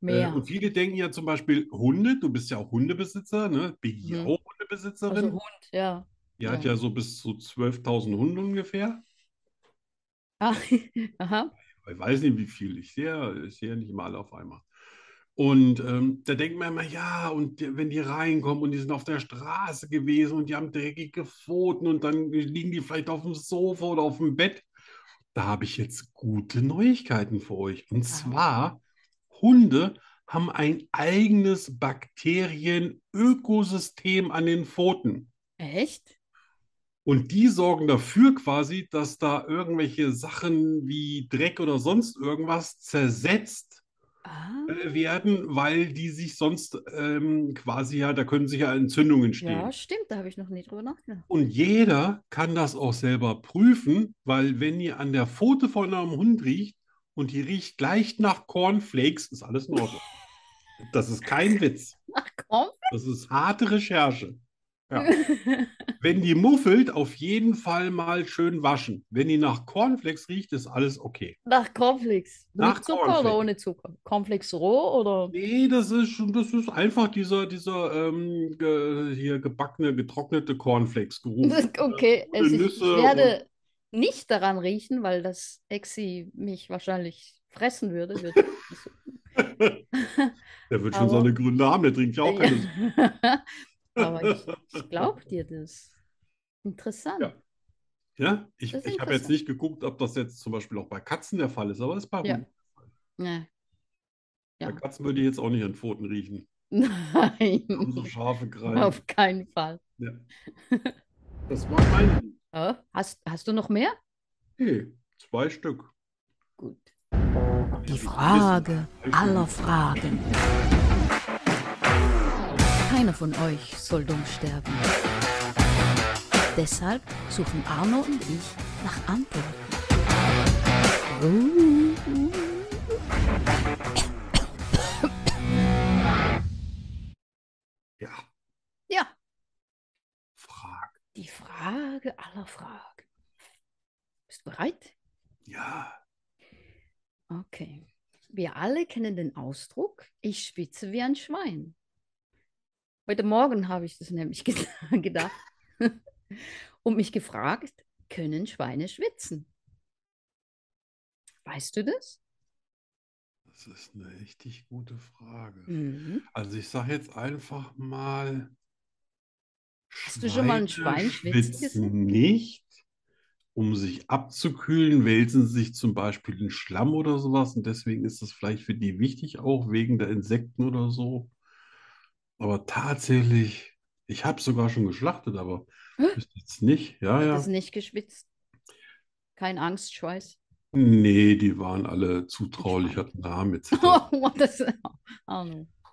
Speaker 2: Mehr.
Speaker 4: Und viele denken ja zum Beispiel Hunde, du bist ja auch Hundebesitzer, ne? Biggie
Speaker 2: Mhm.
Speaker 4: auch Hundebesitzerin.
Speaker 2: Also Hund, ja.
Speaker 4: Die hat
Speaker 2: ja.
Speaker 4: ja so bis zu 12.000 Hunde ungefähr.
Speaker 2: Ah, Aha.
Speaker 4: ich weiß nicht, wie viel ich sehe, ich sehe ja nicht immer alle auf einmal. Und ähm, da denkt man immer, ja, und die- wenn die reinkommen und die sind auf der Straße gewesen und die haben dreckige Pfoten und dann liegen die vielleicht auf dem Sofa oder auf dem Bett. Da habe ich jetzt gute Neuigkeiten für euch. Und zwar, Hunde haben ein eigenes Bakterienökosystem an den Pfoten.
Speaker 2: Echt?
Speaker 4: Und die sorgen dafür quasi, dass da irgendwelche Sachen wie Dreck oder sonst irgendwas zersetzt
Speaker 2: Ah,
Speaker 4: äh, werden, weil die sich sonst ähm, quasi ja, da können sich ja Entzündungen
Speaker 2: ja,
Speaker 4: stehen.
Speaker 2: stimmt. Da habe ich noch nie drüber nachgedacht.
Speaker 4: Und jeder kann das auch selber prüfen, weil wenn ihr an der Pfote von einem Hund riecht und die riecht gleich nach Cornflakes, ist alles in Ordnung. Das ist kein Witz.
Speaker 2: Ach komm.
Speaker 4: Das ist harte Recherche. Ja. Wenn die muffelt, auf jeden Fall mal schön waschen. Wenn die nach Cornflakes riecht, ist alles okay.
Speaker 2: Nach Cornflakes.
Speaker 4: Nach
Speaker 2: Mit Zucker
Speaker 4: Cornflakes.
Speaker 2: oder ohne Zucker? Cornflakes roh oder?
Speaker 4: Nee, das ist schon, das ist einfach dieser, dieser ähm, ge, hier gebackene, getrocknete Cornflakes-Geruch.
Speaker 2: Okay,
Speaker 4: ohne
Speaker 2: also ich, ich
Speaker 4: Hm. Nüsse und-
Speaker 2: werde nicht daran riechen, weil das Exi mich wahrscheinlich fressen würde. würde
Speaker 4: Der wird schon
Speaker 2: Aber-
Speaker 4: seine Gründe haben, der trinkt ja auch keine Suppe.
Speaker 2: Ja. Aber ich, ich glaube dir das. Interessant.
Speaker 4: Ja. Ja, ich,
Speaker 2: Das ist
Speaker 4: ich habe jetzt
Speaker 2: interessant.
Speaker 4: nicht geguckt, ob das jetzt zum Beispiel auch bei Katzen der Fall ist, aber das ist bei
Speaker 2: Ja.
Speaker 4: Hunden.
Speaker 2: Ja.
Speaker 4: Bei
Speaker 2: Ja.
Speaker 4: Katzen würde ich jetzt auch nicht an Pfoten riechen. Die haben so
Speaker 2: Nein,
Speaker 4: scharfe Krallen.
Speaker 2: Oh. auf keinen Fall.
Speaker 4: Ja. Das war mein.
Speaker 3: Äh?
Speaker 2: Ja, hast, hast du noch mehr?
Speaker 4: Hey, zwei Stück.
Speaker 2: Gut.
Speaker 3: Die Frage aller Fragen. Keiner von euch soll dumm sterben. Deshalb suchen Arno und ich nach Antworten.
Speaker 2: Uh,
Speaker 4: Ja,
Speaker 2: Ja,
Speaker 4: frag.
Speaker 2: die Frage aller Fragen. Bist du bereit?
Speaker 4: Ja.
Speaker 2: Okay. Wir alle kennen den Ausdruck, ich schwitze wie ein Schwein. Heute Morgen habe ich das nämlich ge- gedacht und mich gefragt, können Schweine schwitzen? Weißt du das?
Speaker 4: Das ist eine richtig gute Frage.
Speaker 2: Mhm.
Speaker 4: Also ich sage jetzt einfach mal,
Speaker 2: Hast du schon mal ein
Speaker 4: Schweine
Speaker 2: Schwein schwitzen
Speaker 4: schwitzen nicht. Um sich abzukühlen, wälzen sie sich zum Beispiel in Schlamm oder sowas. Und deswegen ist das vielleicht für die wichtig, auch wegen der Insekten oder so. Aber tatsächlich, ich habe sogar schon geschlachtet, aber
Speaker 2: Hä?
Speaker 4: bis jetzt nicht. Ja,
Speaker 2: Hat
Speaker 4: Ah, ja.
Speaker 2: es nicht geschwitzt? Kein Angstschweiß?
Speaker 4: Nee, die waren alle zutraulich, hatten Namen etc.
Speaker 2: Oh, das, Arno, Ah,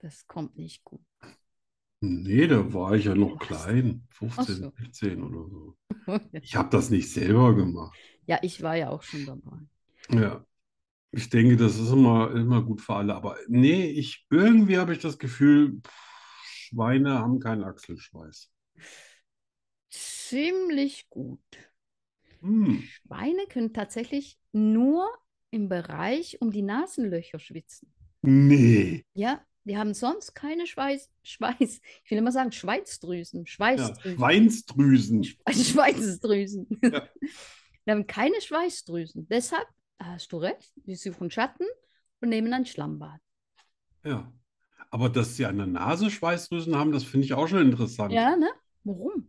Speaker 2: das kommt nicht gut.
Speaker 4: Nee, da war ich ja noch
Speaker 2: Ach so.
Speaker 4: klein,
Speaker 2: Ach
Speaker 4: 15,
Speaker 2: so.
Speaker 4: 16 oder so. Ich habe das nicht selber gemacht.
Speaker 2: Ja, ich war ja auch schon dabei.
Speaker 4: Ja. Ich denke, das ist immer, immer gut für alle. Aber nee, ich, irgendwie habe ich das Gefühl, pff, Schweine haben keinen Achselschweiß.
Speaker 2: Ziemlich gut.
Speaker 4: Hm.
Speaker 2: Schweine können tatsächlich nur im Bereich um die Nasenlöcher schwitzen.
Speaker 4: Nee.
Speaker 2: Ja, die haben sonst keine Schweiß, Schweiß. Ich will immer sagen Schweißdrüsen,
Speaker 4: Ja.
Speaker 2: Schweißdrüsen.
Speaker 4: Schweinsdrüsen.
Speaker 2: Schweißdrüsen.
Speaker 4: Ja.
Speaker 2: Wir haben keine Schweißdrüsen. Deshalb, hast du recht, die suchen Schatten und nehmen ein Schlammbad.
Speaker 4: Ja. Aber dass sie an der Nase Schweißdrüsen haben, das finde ich auch schon interessant.
Speaker 2: Ja, Hm. ne? Warum?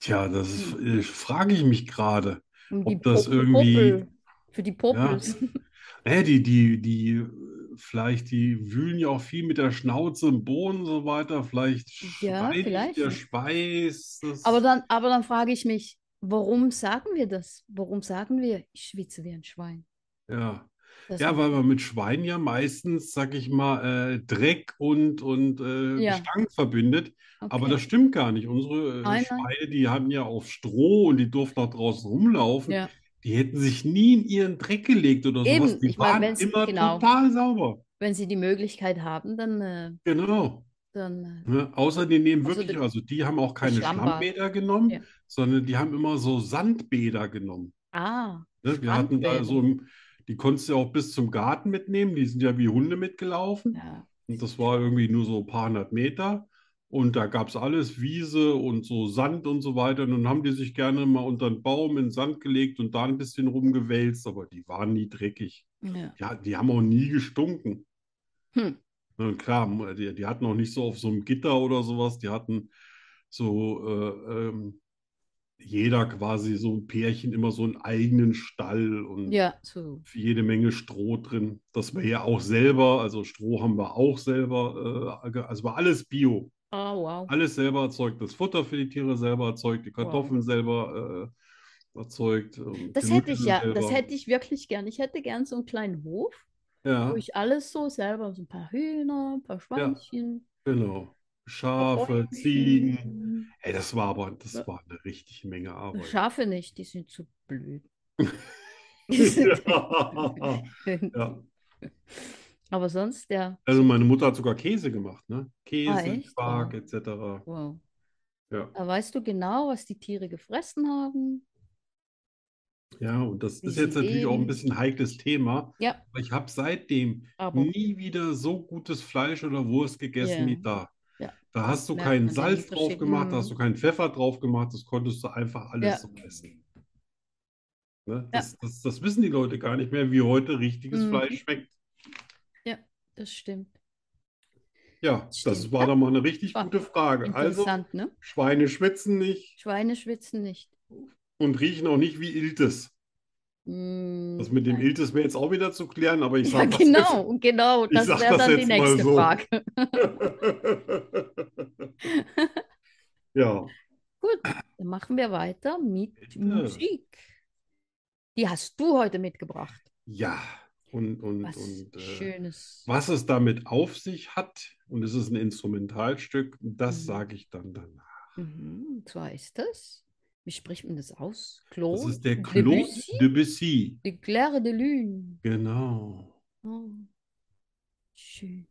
Speaker 4: Tja, das ist, äh, frage ich mich gerade.
Speaker 2: Um
Speaker 4: Ob das
Speaker 2: Po-
Speaker 4: irgendwie-
Speaker 2: Popel. Für die Popels.
Speaker 4: Hä, die, die, die, äh, vielleicht, die wühlen ja auch viel mit der Schnauze im Boden und so weiter. Vielleicht
Speaker 2: Ja,
Speaker 4: schweißt
Speaker 2: vielleicht.
Speaker 4: der Schweiß. Das,
Speaker 2: Aber dann, aber dann frage ich mich, warum sagen wir das? Warum sagen wir, ich schwitze wie ein Schwein?
Speaker 4: ja.
Speaker 2: Das
Speaker 4: Ja,
Speaker 2: macht-
Speaker 4: weil man mit Schwein ja meistens, sag ich mal, äh, Dreck und, und äh,
Speaker 2: Ja.
Speaker 4: Gestank verbindet. Aber
Speaker 2: okay.
Speaker 4: das stimmt gar nicht. Unsere
Speaker 2: Nein,
Speaker 4: äh,
Speaker 2: nein.
Speaker 4: Schweine, die hatten ja auf Stroh und die durften auch draußen rumlaufen.
Speaker 2: Ja.
Speaker 4: Die hätten sich nie in ihren Dreck gelegt oder
Speaker 2: Eben,
Speaker 4: sowas. Die
Speaker 2: ich meine,
Speaker 4: waren
Speaker 2: wenn's-
Speaker 4: immer
Speaker 2: genau.
Speaker 4: total sauber.
Speaker 2: Wenn sie die Möglichkeit haben, dann, äh,
Speaker 4: Genau.
Speaker 2: dann äh,
Speaker 4: Ne? Außer die nehmen
Speaker 2: Also
Speaker 4: wirklich,
Speaker 2: die-
Speaker 4: also die haben auch keine
Speaker 2: Schlammbad.
Speaker 4: Schlammbäder genommen,
Speaker 2: Ja.
Speaker 4: sondern die haben immer so Sandbäder genommen.
Speaker 2: ah,
Speaker 4: Ne? Wir hatten da
Speaker 2: Strandbäder.
Speaker 4: so, im- die konntest du ja auch bis zum Garten mitnehmen. Die sind ja wie Hunde mitgelaufen.
Speaker 2: ja.
Speaker 4: Und das war irgendwie nur so ein paar hundert Meter. Und da gab es alles, Wiese und so Sand und so weiter. Und dann haben die sich gerne mal unter einen Baum in den Sand gelegt und da ein bisschen rumgewälzt. Aber die waren nie dreckig.
Speaker 2: Ja.
Speaker 4: Ja, die haben auch nie gestunken.
Speaker 2: Hm.
Speaker 4: Na Äh, klar, die, die hatten auch nicht so auf so einem Gitter oder sowas. Die hatten so, äh, ähm, jeder quasi so ein Pärchen immer so einen eigenen Stall und
Speaker 2: ja, Hm. so.
Speaker 4: jede Menge Stroh drin. Das wir ja auch selber, also Stroh haben wir auch selber, äh, ge- also war alles Bio,
Speaker 2: Ah, wow.
Speaker 4: alles selber erzeugt, das Futter für die Tiere selber erzeugt, die Kartoffeln selber äh, erzeugt. ähm,
Speaker 2: Das hätte ich
Speaker 4: Gemüse
Speaker 2: ja, das
Speaker 4: selber.
Speaker 2: hätte ich wirklich gern. Ich hätte gern so einen kleinen Hof,
Speaker 4: Ja,
Speaker 2: wo ich alles so selber, so ein paar Hühner, ein paar Schweinchen,
Speaker 4: genau.
Speaker 2: paar
Speaker 4: Schafe, Ziegen.
Speaker 2: Bäumchen.
Speaker 4: Ey, das war aber, das
Speaker 2: Oh, Ja.
Speaker 4: war eine richtige Menge Arbeit.
Speaker 2: Schafe nicht, die sind zu blöd.
Speaker 4: Ja. Ja.
Speaker 2: Aber sonst, ja,
Speaker 4: Also meine Mutter hat sogar Käse gemacht, ne?
Speaker 2: Ah,
Speaker 4: Käse,
Speaker 2: echt?
Speaker 4: Quark
Speaker 2: Oh.
Speaker 4: etc.
Speaker 2: wow.
Speaker 4: Ja.
Speaker 2: Da weißt du genau, was die Tiere gefressen haben.
Speaker 4: Ja, und das
Speaker 2: Wie
Speaker 4: ist
Speaker 2: sie
Speaker 4: jetzt natürlich auch ein
Speaker 2: leben.
Speaker 4: bisschen heikles Thema,
Speaker 2: Ja,
Speaker 4: aber ich habe seitdem
Speaker 2: aber
Speaker 4: nie wieder so gutes Fleisch oder Wurst
Speaker 2: Ja.
Speaker 4: gegessen wie da.
Speaker 2: Ja.
Speaker 4: Da hast du
Speaker 2: Merkt
Speaker 4: kein
Speaker 2: man den
Speaker 4: Salz drauf
Speaker 2: Unterschied.
Speaker 4: gemacht, da hast
Speaker 2: Mhm.
Speaker 4: du keinen Pfeffer drauf gemacht, das konntest du einfach alles
Speaker 2: Ja.
Speaker 4: so essen. Ne? Das, das, das wissen die Leute gar nicht mehr, wie heute richtiges
Speaker 2: Mhm.
Speaker 4: Fleisch schmeckt.
Speaker 2: das stimmt.
Speaker 4: Ja,
Speaker 2: Das
Speaker 4: das
Speaker 2: stimmt.
Speaker 4: war
Speaker 2: Ja.
Speaker 4: doch mal eine richtig
Speaker 2: War
Speaker 4: gute Frage. Also,
Speaker 2: Interessant, ne?
Speaker 4: Schweine schwitzen nicht
Speaker 2: Schweine schwitzen nicht.
Speaker 4: und riechen auch nicht wie Iltis.
Speaker 2: Hm,
Speaker 4: Das mit dem
Speaker 2: nein.
Speaker 4: Iltis wäre jetzt auch wieder zu klären, aber ich
Speaker 2: Ja,
Speaker 4: sage
Speaker 2: genau, und genau,
Speaker 4: Ich
Speaker 2: das
Speaker 4: sag
Speaker 2: wäre
Speaker 4: das
Speaker 2: dann die
Speaker 4: jetzt mal
Speaker 2: nächste
Speaker 4: so.
Speaker 2: Frage.
Speaker 4: jetzt. Ja,
Speaker 2: Gut, dann machen wir weiter mit
Speaker 4: Bitte.
Speaker 2: Musik. Die hast du heute mitgebracht.
Speaker 4: ja. Und, und,
Speaker 2: Was
Speaker 4: und äh,
Speaker 2: Schönes.
Speaker 4: was es damit auf sich hat, und es ist ein Instrumentalstück, das
Speaker 2: Mhm.
Speaker 4: sage ich dann danach.
Speaker 2: Mhm, und zwar ist das. Wie spricht man das aus?
Speaker 4: Das
Speaker 2: Claude
Speaker 4: ist der Claude
Speaker 2: Oh, Debussy?
Speaker 4: Debussy.
Speaker 2: De Claire de Lune.
Speaker 4: Genau.
Speaker 2: Oh, schön.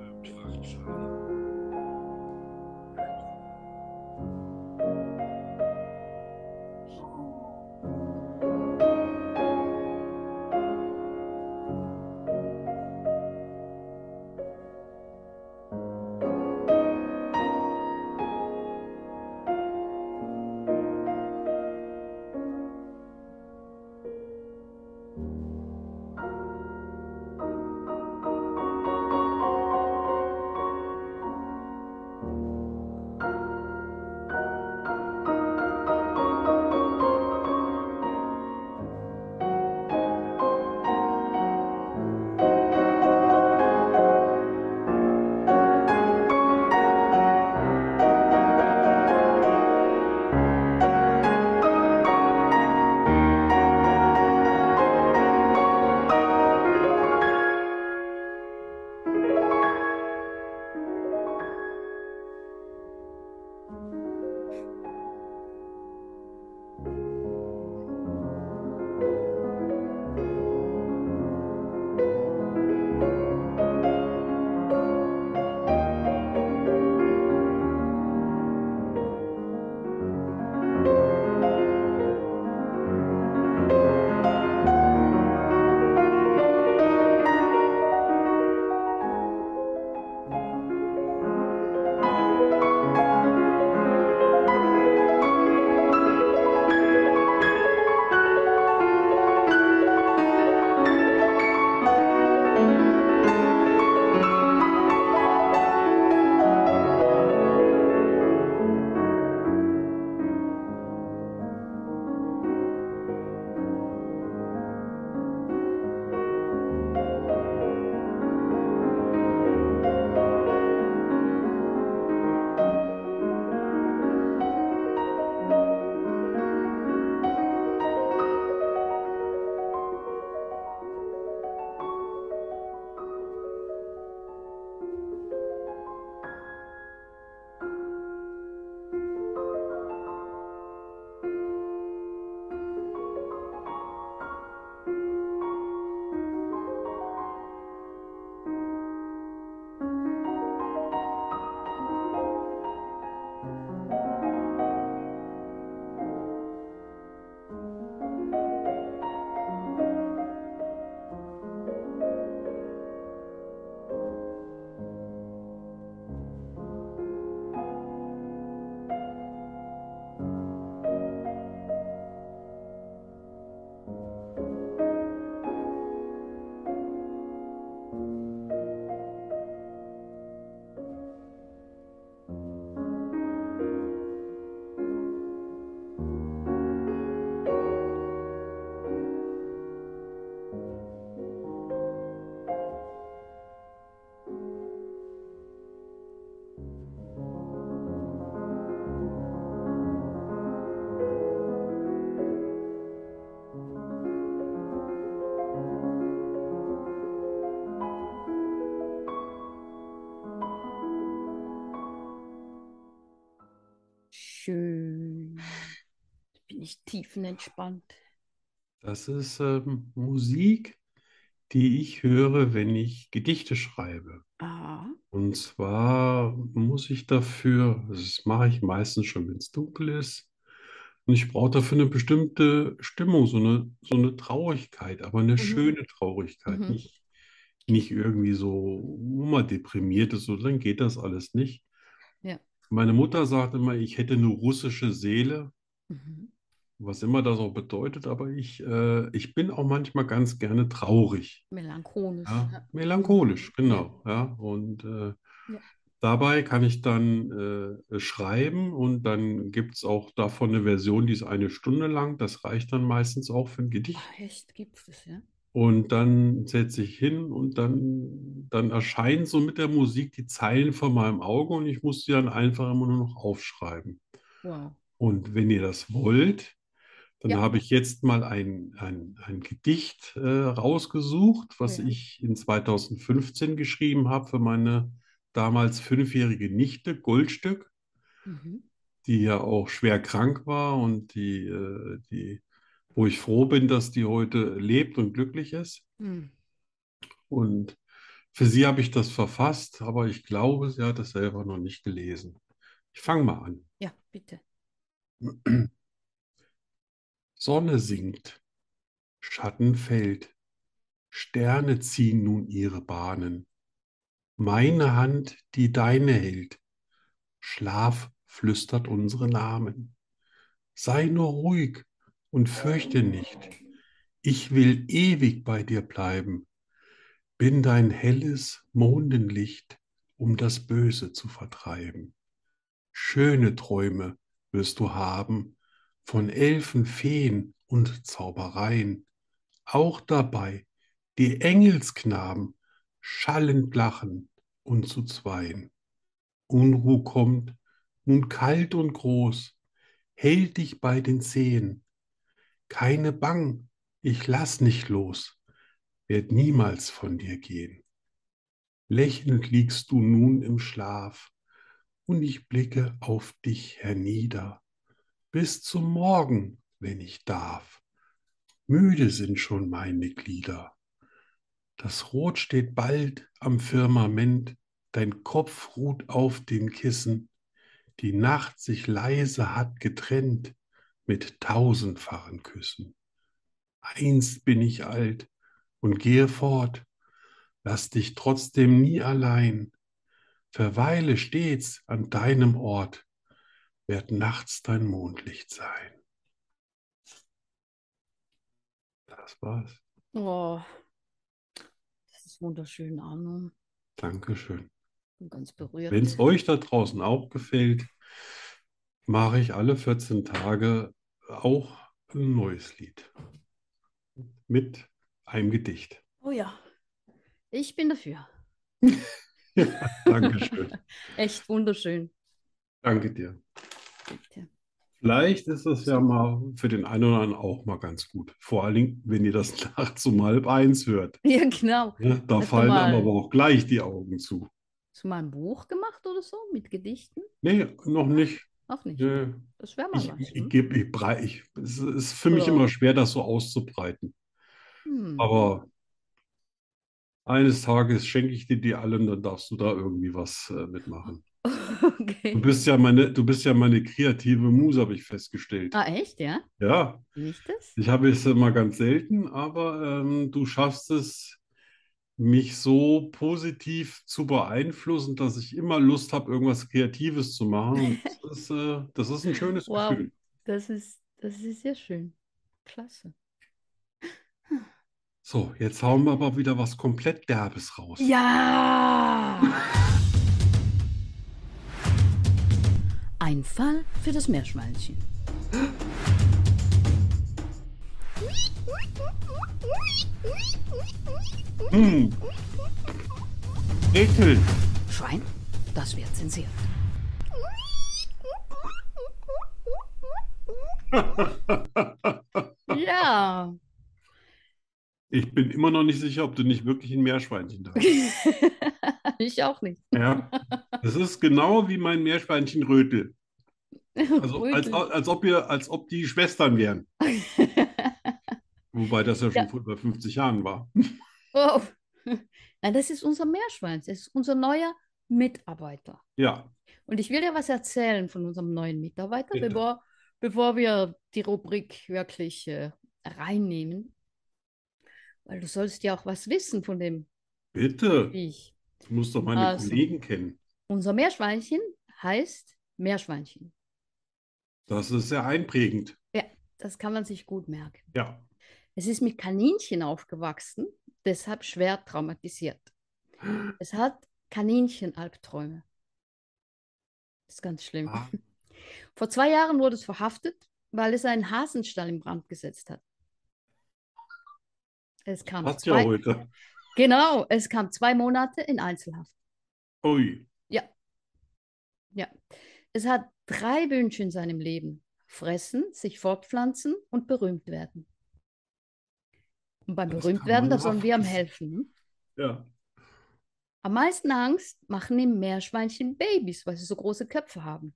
Speaker 4: Überströmt
Speaker 2: Schön. Jetzt bin ich tiefenentspannt.
Speaker 4: Das ist ähm, Musik, die ich höre, wenn ich Gedichte schreibe.
Speaker 2: Aha.
Speaker 4: Und zwar muss ich dafür, das mache ich meistens schon, wenn es dunkel ist, und ich brauche dafür eine bestimmte Stimmung, so eine, so eine Traurigkeit, aber eine schöne Traurigkeit,
Speaker 2: Mhm.
Speaker 4: nicht, nicht irgendwie so, wo man deprimiert ist, so dann geht das alles nicht.
Speaker 2: Ja.
Speaker 4: Meine Mutter sagt immer, ich hätte eine russische Seele
Speaker 2: Mhm.
Speaker 4: was immer das auch bedeutet, aber ich, äh, ich bin auch manchmal ganz gerne traurig,
Speaker 2: Melancholisch.
Speaker 4: ja?
Speaker 2: ja.
Speaker 4: Melancholisch, genau, ja, und äh, dabei kann ich dann äh, schreiben und dann gibt es auch davon eine Version, die ist eine Stunde lang, das reicht dann meistens auch für ein Gedicht
Speaker 2: Ach, echt, gibt's das, ja?
Speaker 4: und dann setze ich hin und dann, dann erscheinen so mit der Musik die Zeilen vor meinem Auge und ich muss die dann einfach immer nur noch aufschreiben.
Speaker 2: Wow.
Speaker 4: Und wenn ihr das wollt, dann
Speaker 2: Ja.
Speaker 4: habe ich jetzt mal ein, ein, ein Gedicht äh, rausgesucht, was
Speaker 2: Ja.
Speaker 4: ich in 2015 geschrieben habe für meine damals fünfjährige Nichte Goldstück,
Speaker 2: Mhm.
Speaker 4: die ja auch schwer krank war und die, äh, die, wo ich froh bin, dass die heute lebt und glücklich ist.
Speaker 2: Mhm.
Speaker 4: Und für sie habe ich das verfasst, aber ich glaube, sie hat es selber noch nicht gelesen. Ich fange mal an.
Speaker 2: Ja, bitte.
Speaker 4: Sonne sinkt, Schatten fällt, Sterne ziehen nun ihre Bahnen. Meine Hand, die deine hält, Schlaf flüstert unsere Namen. Sei nur ruhig und fürchte nicht. Ich will ewig bei dir bleiben, bin dein helles Mondenlicht, um das Böse zu vertreiben. Schöne Träume wirst du haben, von Elfen, Feen und Zaubereien. Auch dabei die Engelsknaben schallend lachen und zu zweien. Unruh kommt, nun kalt und groß, hält dich bei den Zehen. Keine Bang, ich lass nicht los, werd niemals von dir gehen. Lächelnd liegst du nun im Schlaf, und ich blicke auf dich hernieder bis zum Morgen, wenn ich darf. Müde sind schon meine Glieder. Das Rot steht bald am Firmament, dein Kopf ruht auf den Kissen, die Nacht sich leise hat getrennt mit tausendfachen Küssen. Einst bin ich alt und gehe fort, lass dich trotzdem nie allein, verweile stets an deinem Ort, wird nachts dein Mondlicht sein. Das war's.
Speaker 2: Oh, das ist wunderschön, Arno.
Speaker 4: Dankeschön.
Speaker 2: Bin ganz berührt.
Speaker 4: Wenn es euch da draußen auch gefällt, mache ich alle 14 Tage auch ein neues Lied. Mit einem Gedicht.
Speaker 2: Oh ja. Ich bin dafür.
Speaker 4: Dankeschön.
Speaker 2: Echt wunderschön.
Speaker 4: Danke dir.
Speaker 2: Bitte.
Speaker 4: Vielleicht ist das ja mal für den einen oder anderen auch mal ganz gut. Vor allen Dingen, wenn ihr das nachts um halb eins hört.
Speaker 2: Ja, genau.
Speaker 4: Ja, da
Speaker 2: Hast du
Speaker 4: fallen
Speaker 2: mal-
Speaker 4: einem aber auch gleich die Augen zu.
Speaker 2: Zu meinem Buch gemacht oder so? Mit Gedichten?
Speaker 4: Nee, noch nicht.
Speaker 2: Auch nicht.
Speaker 4: Nee.
Speaker 2: Das wäre mal
Speaker 4: Ich,
Speaker 2: was.
Speaker 4: ich
Speaker 2: hm?
Speaker 4: gebe, ich, brei- ich, es ist für mich
Speaker 2: Ja.
Speaker 4: immer schwer, das so auszubreiten.
Speaker 2: Hm.
Speaker 4: Aber eines Tages schenke ich dir die alle und dann darfst du da irgendwie was äh, mitmachen. Du
Speaker 2: Okay.
Speaker 4: bist ja meine, du bist ja meine kreative Muse, habe ich festgestellt.
Speaker 2: Ah, echt, ja?
Speaker 4: Ja,
Speaker 2: Bin ich das?
Speaker 4: ich habe es immer ganz selten, aber ähm, du schaffst es, mich so positiv zu beeinflussen, dass ich immer Lust habe, irgendwas Kreatives zu machen. Und das ist, äh, das ist ein schönes
Speaker 2: Wow.
Speaker 4: Gefühl.
Speaker 2: Das ist, das ist sehr schön. Klasse.
Speaker 4: So, jetzt hauen wir aber wieder was komplett Derbes raus.
Speaker 2: Ja!
Speaker 3: Ein Fall für das Meerschweinchen.
Speaker 4: Hm. Gretel,
Speaker 3: Schwein, das wird zensiert.
Speaker 2: Ja!
Speaker 4: ich bin immer noch nicht sicher, ob du nicht wirklich ein Meerschweinchen da hast.
Speaker 2: Ich auch nicht.
Speaker 4: Ja. Das ist genau wie mein Meerschweinchenrötel. Also als, als, ob ihr, als ob die Schwestern wären. Wobei das ja schon
Speaker 2: Ja.
Speaker 4: vor über 50 Jahren war.
Speaker 2: oh. Nein, das ist unser Meerschwein. Das ist unser neuer Mitarbeiter.
Speaker 4: Ja,
Speaker 2: Und ich will dir was erzählen von unserem neuen Mitarbeiter,
Speaker 4: Bitte.
Speaker 2: bevor, bevor wir die Rubrik wirklich äh, reinnehmen. Weil du sollst ja auch was wissen von dem
Speaker 4: bitte.
Speaker 2: Viech.
Speaker 4: Ich muss doch meine
Speaker 2: Also.
Speaker 4: Kollegen kennen.
Speaker 2: Unser Meerschweinchen heißt Meerschweinchen.
Speaker 4: Das ist sehr einprägend.
Speaker 2: Das kann man sich gut merken.
Speaker 4: Ja.
Speaker 2: Es ist mit Kaninchen aufgewachsen, deshalb schwer traumatisiert. Es hat Kaninchen-Albträume. Das ist ganz schlimm.
Speaker 4: Ah,
Speaker 2: Vor zwei Jahren wurde es verhaftet, weil es einen Hasenstall in Brand gesetzt hat. Es kam
Speaker 4: passt ja
Speaker 2: zwei,
Speaker 4: heute.
Speaker 2: genau, es kam zwei Monate in Einzelhaft.
Speaker 4: Ui.
Speaker 2: Ja. Es hat drei Wünsche in seinem Leben. Fressen, sich fortpflanzen und berühmt werden. Und beim
Speaker 4: Das
Speaker 2: berühmt
Speaker 4: kann
Speaker 2: werden, da
Speaker 4: man
Speaker 2: sollen wir ihm
Speaker 4: nachlesen.
Speaker 2: helfen. hm?
Speaker 4: Ja.
Speaker 2: Am meisten Angst machen im Meerschweinchen Babys, weil sie so große Köpfe haben.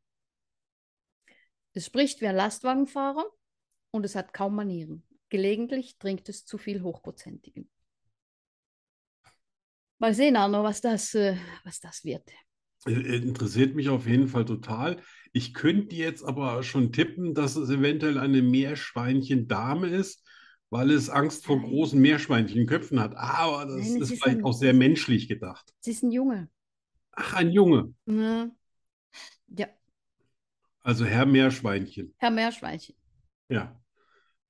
Speaker 2: Es spricht wie ein Lastwagenfahrer und es hat kaum Manieren. Gelegentlich trinkt es zu viel Hochprozentigen. Mal sehen, Arno, was das, äh, was das wird.
Speaker 4: Äh, äh, Interessiert mich auf jeden Fall total. Ich könnte jetzt aber schon tippen, dass es eventuell eine Meerschweinchendame ist, weil es Angst vor
Speaker 2: Nein.
Speaker 4: großen Meerschweinchenköpfen hat. Aber das
Speaker 2: Nein, es
Speaker 4: ist
Speaker 2: ist
Speaker 4: vielleicht
Speaker 2: ein-
Speaker 4: auch sehr menschlich gedacht.
Speaker 2: Sie ist ein Junge.
Speaker 4: Ach, ein Junge.
Speaker 2: Ja. Ja,
Speaker 4: Also Herr Meerschweinchen.
Speaker 2: Herr Meerschweinchen.
Speaker 4: Ja.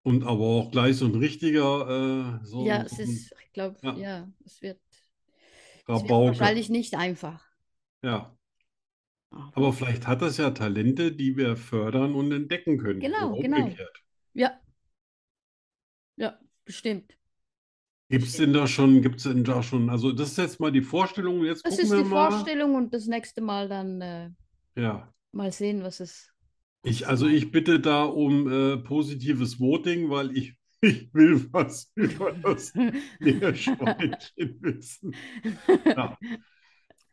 Speaker 4: Und aber auch gleich so ein richtiger, äh, so
Speaker 2: Ja,
Speaker 4: ein,
Speaker 2: es ist, ich glaube,
Speaker 4: Ja.
Speaker 2: ja, es wird, es wird
Speaker 4: Rabauke.
Speaker 2: wahrscheinlich nicht einfach.
Speaker 4: Ja. Aber vielleicht hat das ja Talente, die wir fördern und entdecken können.
Speaker 2: Genau,
Speaker 4: Oder
Speaker 2: genau.
Speaker 4: umgekehrt.
Speaker 2: Ja. Ja, bestimmt.
Speaker 4: Gibt es denn da schon, gibt es denn da schon, also das ist jetzt mal die Vorstellung, jetzt
Speaker 2: Das
Speaker 4: gucken
Speaker 2: ist
Speaker 4: wir
Speaker 2: die
Speaker 4: mal.
Speaker 2: Vorstellung und das nächste Mal dann äh,
Speaker 4: Ja.
Speaker 2: mal sehen, was es.
Speaker 4: Ich, also ich bitte da um äh, positives Voting, weil ich, ich will was über das Meerschweinchen wissen. Ja.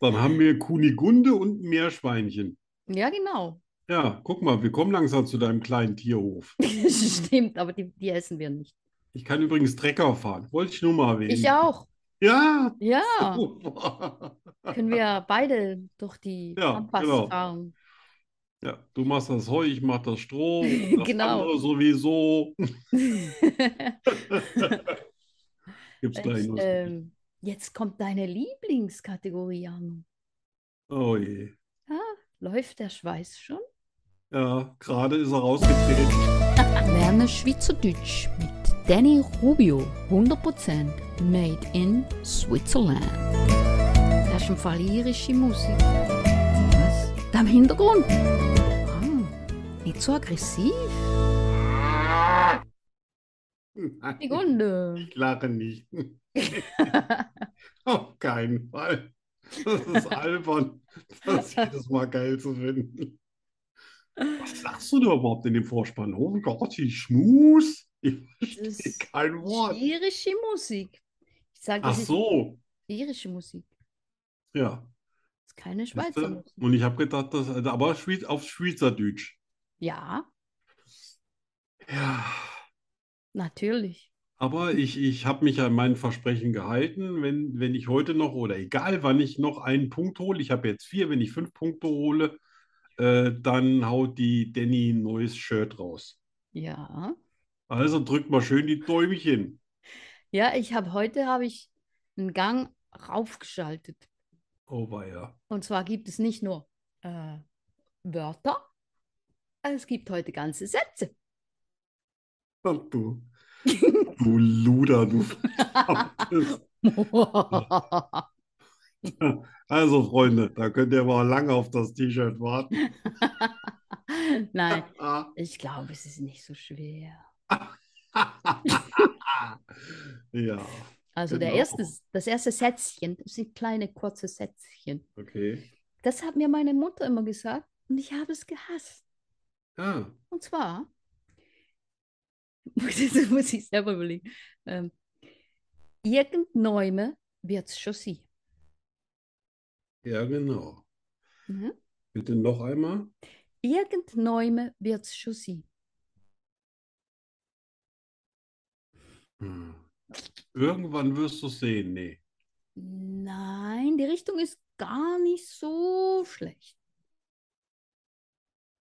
Speaker 4: Dann haben wir Kunigunde und ein Meerschweinchen.
Speaker 2: Ja, genau.
Speaker 4: Ja, guck mal, wir kommen langsam zu deinem kleinen Tierhof.
Speaker 2: Stimmt, aber die, die essen wir nicht.
Speaker 4: Ich kann übrigens Trecker fahren. Wollte ich nur mal erwähnen.
Speaker 2: Ich auch. Ah.
Speaker 4: Ja.
Speaker 2: Ja,
Speaker 4: Super.
Speaker 2: können wir beide durch die
Speaker 4: Ja,
Speaker 2: Pampas
Speaker 4: genau.
Speaker 2: fahren.
Speaker 4: Ja, du machst das Heu, ich mach das Stroh, das
Speaker 2: Genau.
Speaker 4: andere sowieso. Gibt's gleich
Speaker 2: Und,
Speaker 4: los.
Speaker 2: ähm, jetzt kommt deine Lieblingskategorie an.
Speaker 4: Oh je.
Speaker 2: Läuft der Schweiß schon?
Speaker 4: Ja, gerade ist er rausgetreten.
Speaker 3: Lerne Schweizerdeutsch mit Danny Rubio. 100% made in Switzerland. Das ist im Fall irische Musik. Was? Da im Hintergrund? Ah, nicht so aggressiv.
Speaker 2: Die Gunde.
Speaker 4: Ich lache nicht. Auf keinen Fall. Das ist albern. Das ist jedes Mal geil zu finden. Was sagst du da überhaupt in dem Vorspann? Oh Gott, die Schmus. Ich
Speaker 2: Das ist
Speaker 4: verstehe kein Wort.
Speaker 2: irische Musik. Ich sage,
Speaker 4: Ach
Speaker 2: das ist
Speaker 4: so.
Speaker 2: irische Musik.
Speaker 4: Ja.
Speaker 2: Das ist keine
Speaker 4: Siehste?
Speaker 2: Schweizer Musik.
Speaker 4: Und ich habe gedacht, das, aber Schweiz, auf Schweizerdeutsch.
Speaker 2: Ja,
Speaker 4: Ja.
Speaker 2: natürlich.
Speaker 4: Aber ich, ich habe mich an mein Versprechen gehalten. Wenn, wenn ich heute noch oder egal wann ich noch einen Punkt hole, ich habe jetzt vier, wenn ich fünf Punkte hole, äh, dann haut die Danny ein neues Shirt raus.
Speaker 2: Ja.
Speaker 4: Also drückt mal schön die Däumchen.
Speaker 2: Ja, ich habe heute habe ich einen Gang raufgeschaltet.
Speaker 4: Oh weia.
Speaker 2: Und zwar gibt es nicht nur äh, Wörter, es gibt heute ganze Sätze.
Speaker 4: Ach du. Du Luder, du verdammtes. Also, Freunde, da könnt ihr mal lange auf das T-Shirt warten. Ah.
Speaker 2: Nein, ich glaube, es ist nicht so schwer.
Speaker 4: Ja,
Speaker 2: Also der
Speaker 4: Genau.
Speaker 2: erste, das erste Sätzchen, das sind kleine kurze Sätzchen.
Speaker 4: okay.
Speaker 2: Das hat mir meine Mutter immer gesagt und ich habe es gehasst.
Speaker 4: Ja,
Speaker 2: Und zwar, das muss ich selber überlegen, ähm, irgendwann wird es schon sein.
Speaker 4: ja, genau.
Speaker 2: Mhm.
Speaker 4: Bitte noch einmal.
Speaker 2: Irgendwann wird's schon sein.
Speaker 4: Hm. Irgendwann wirst du es sehen, nee.
Speaker 2: Nein, die Richtung ist gar nicht so schlecht.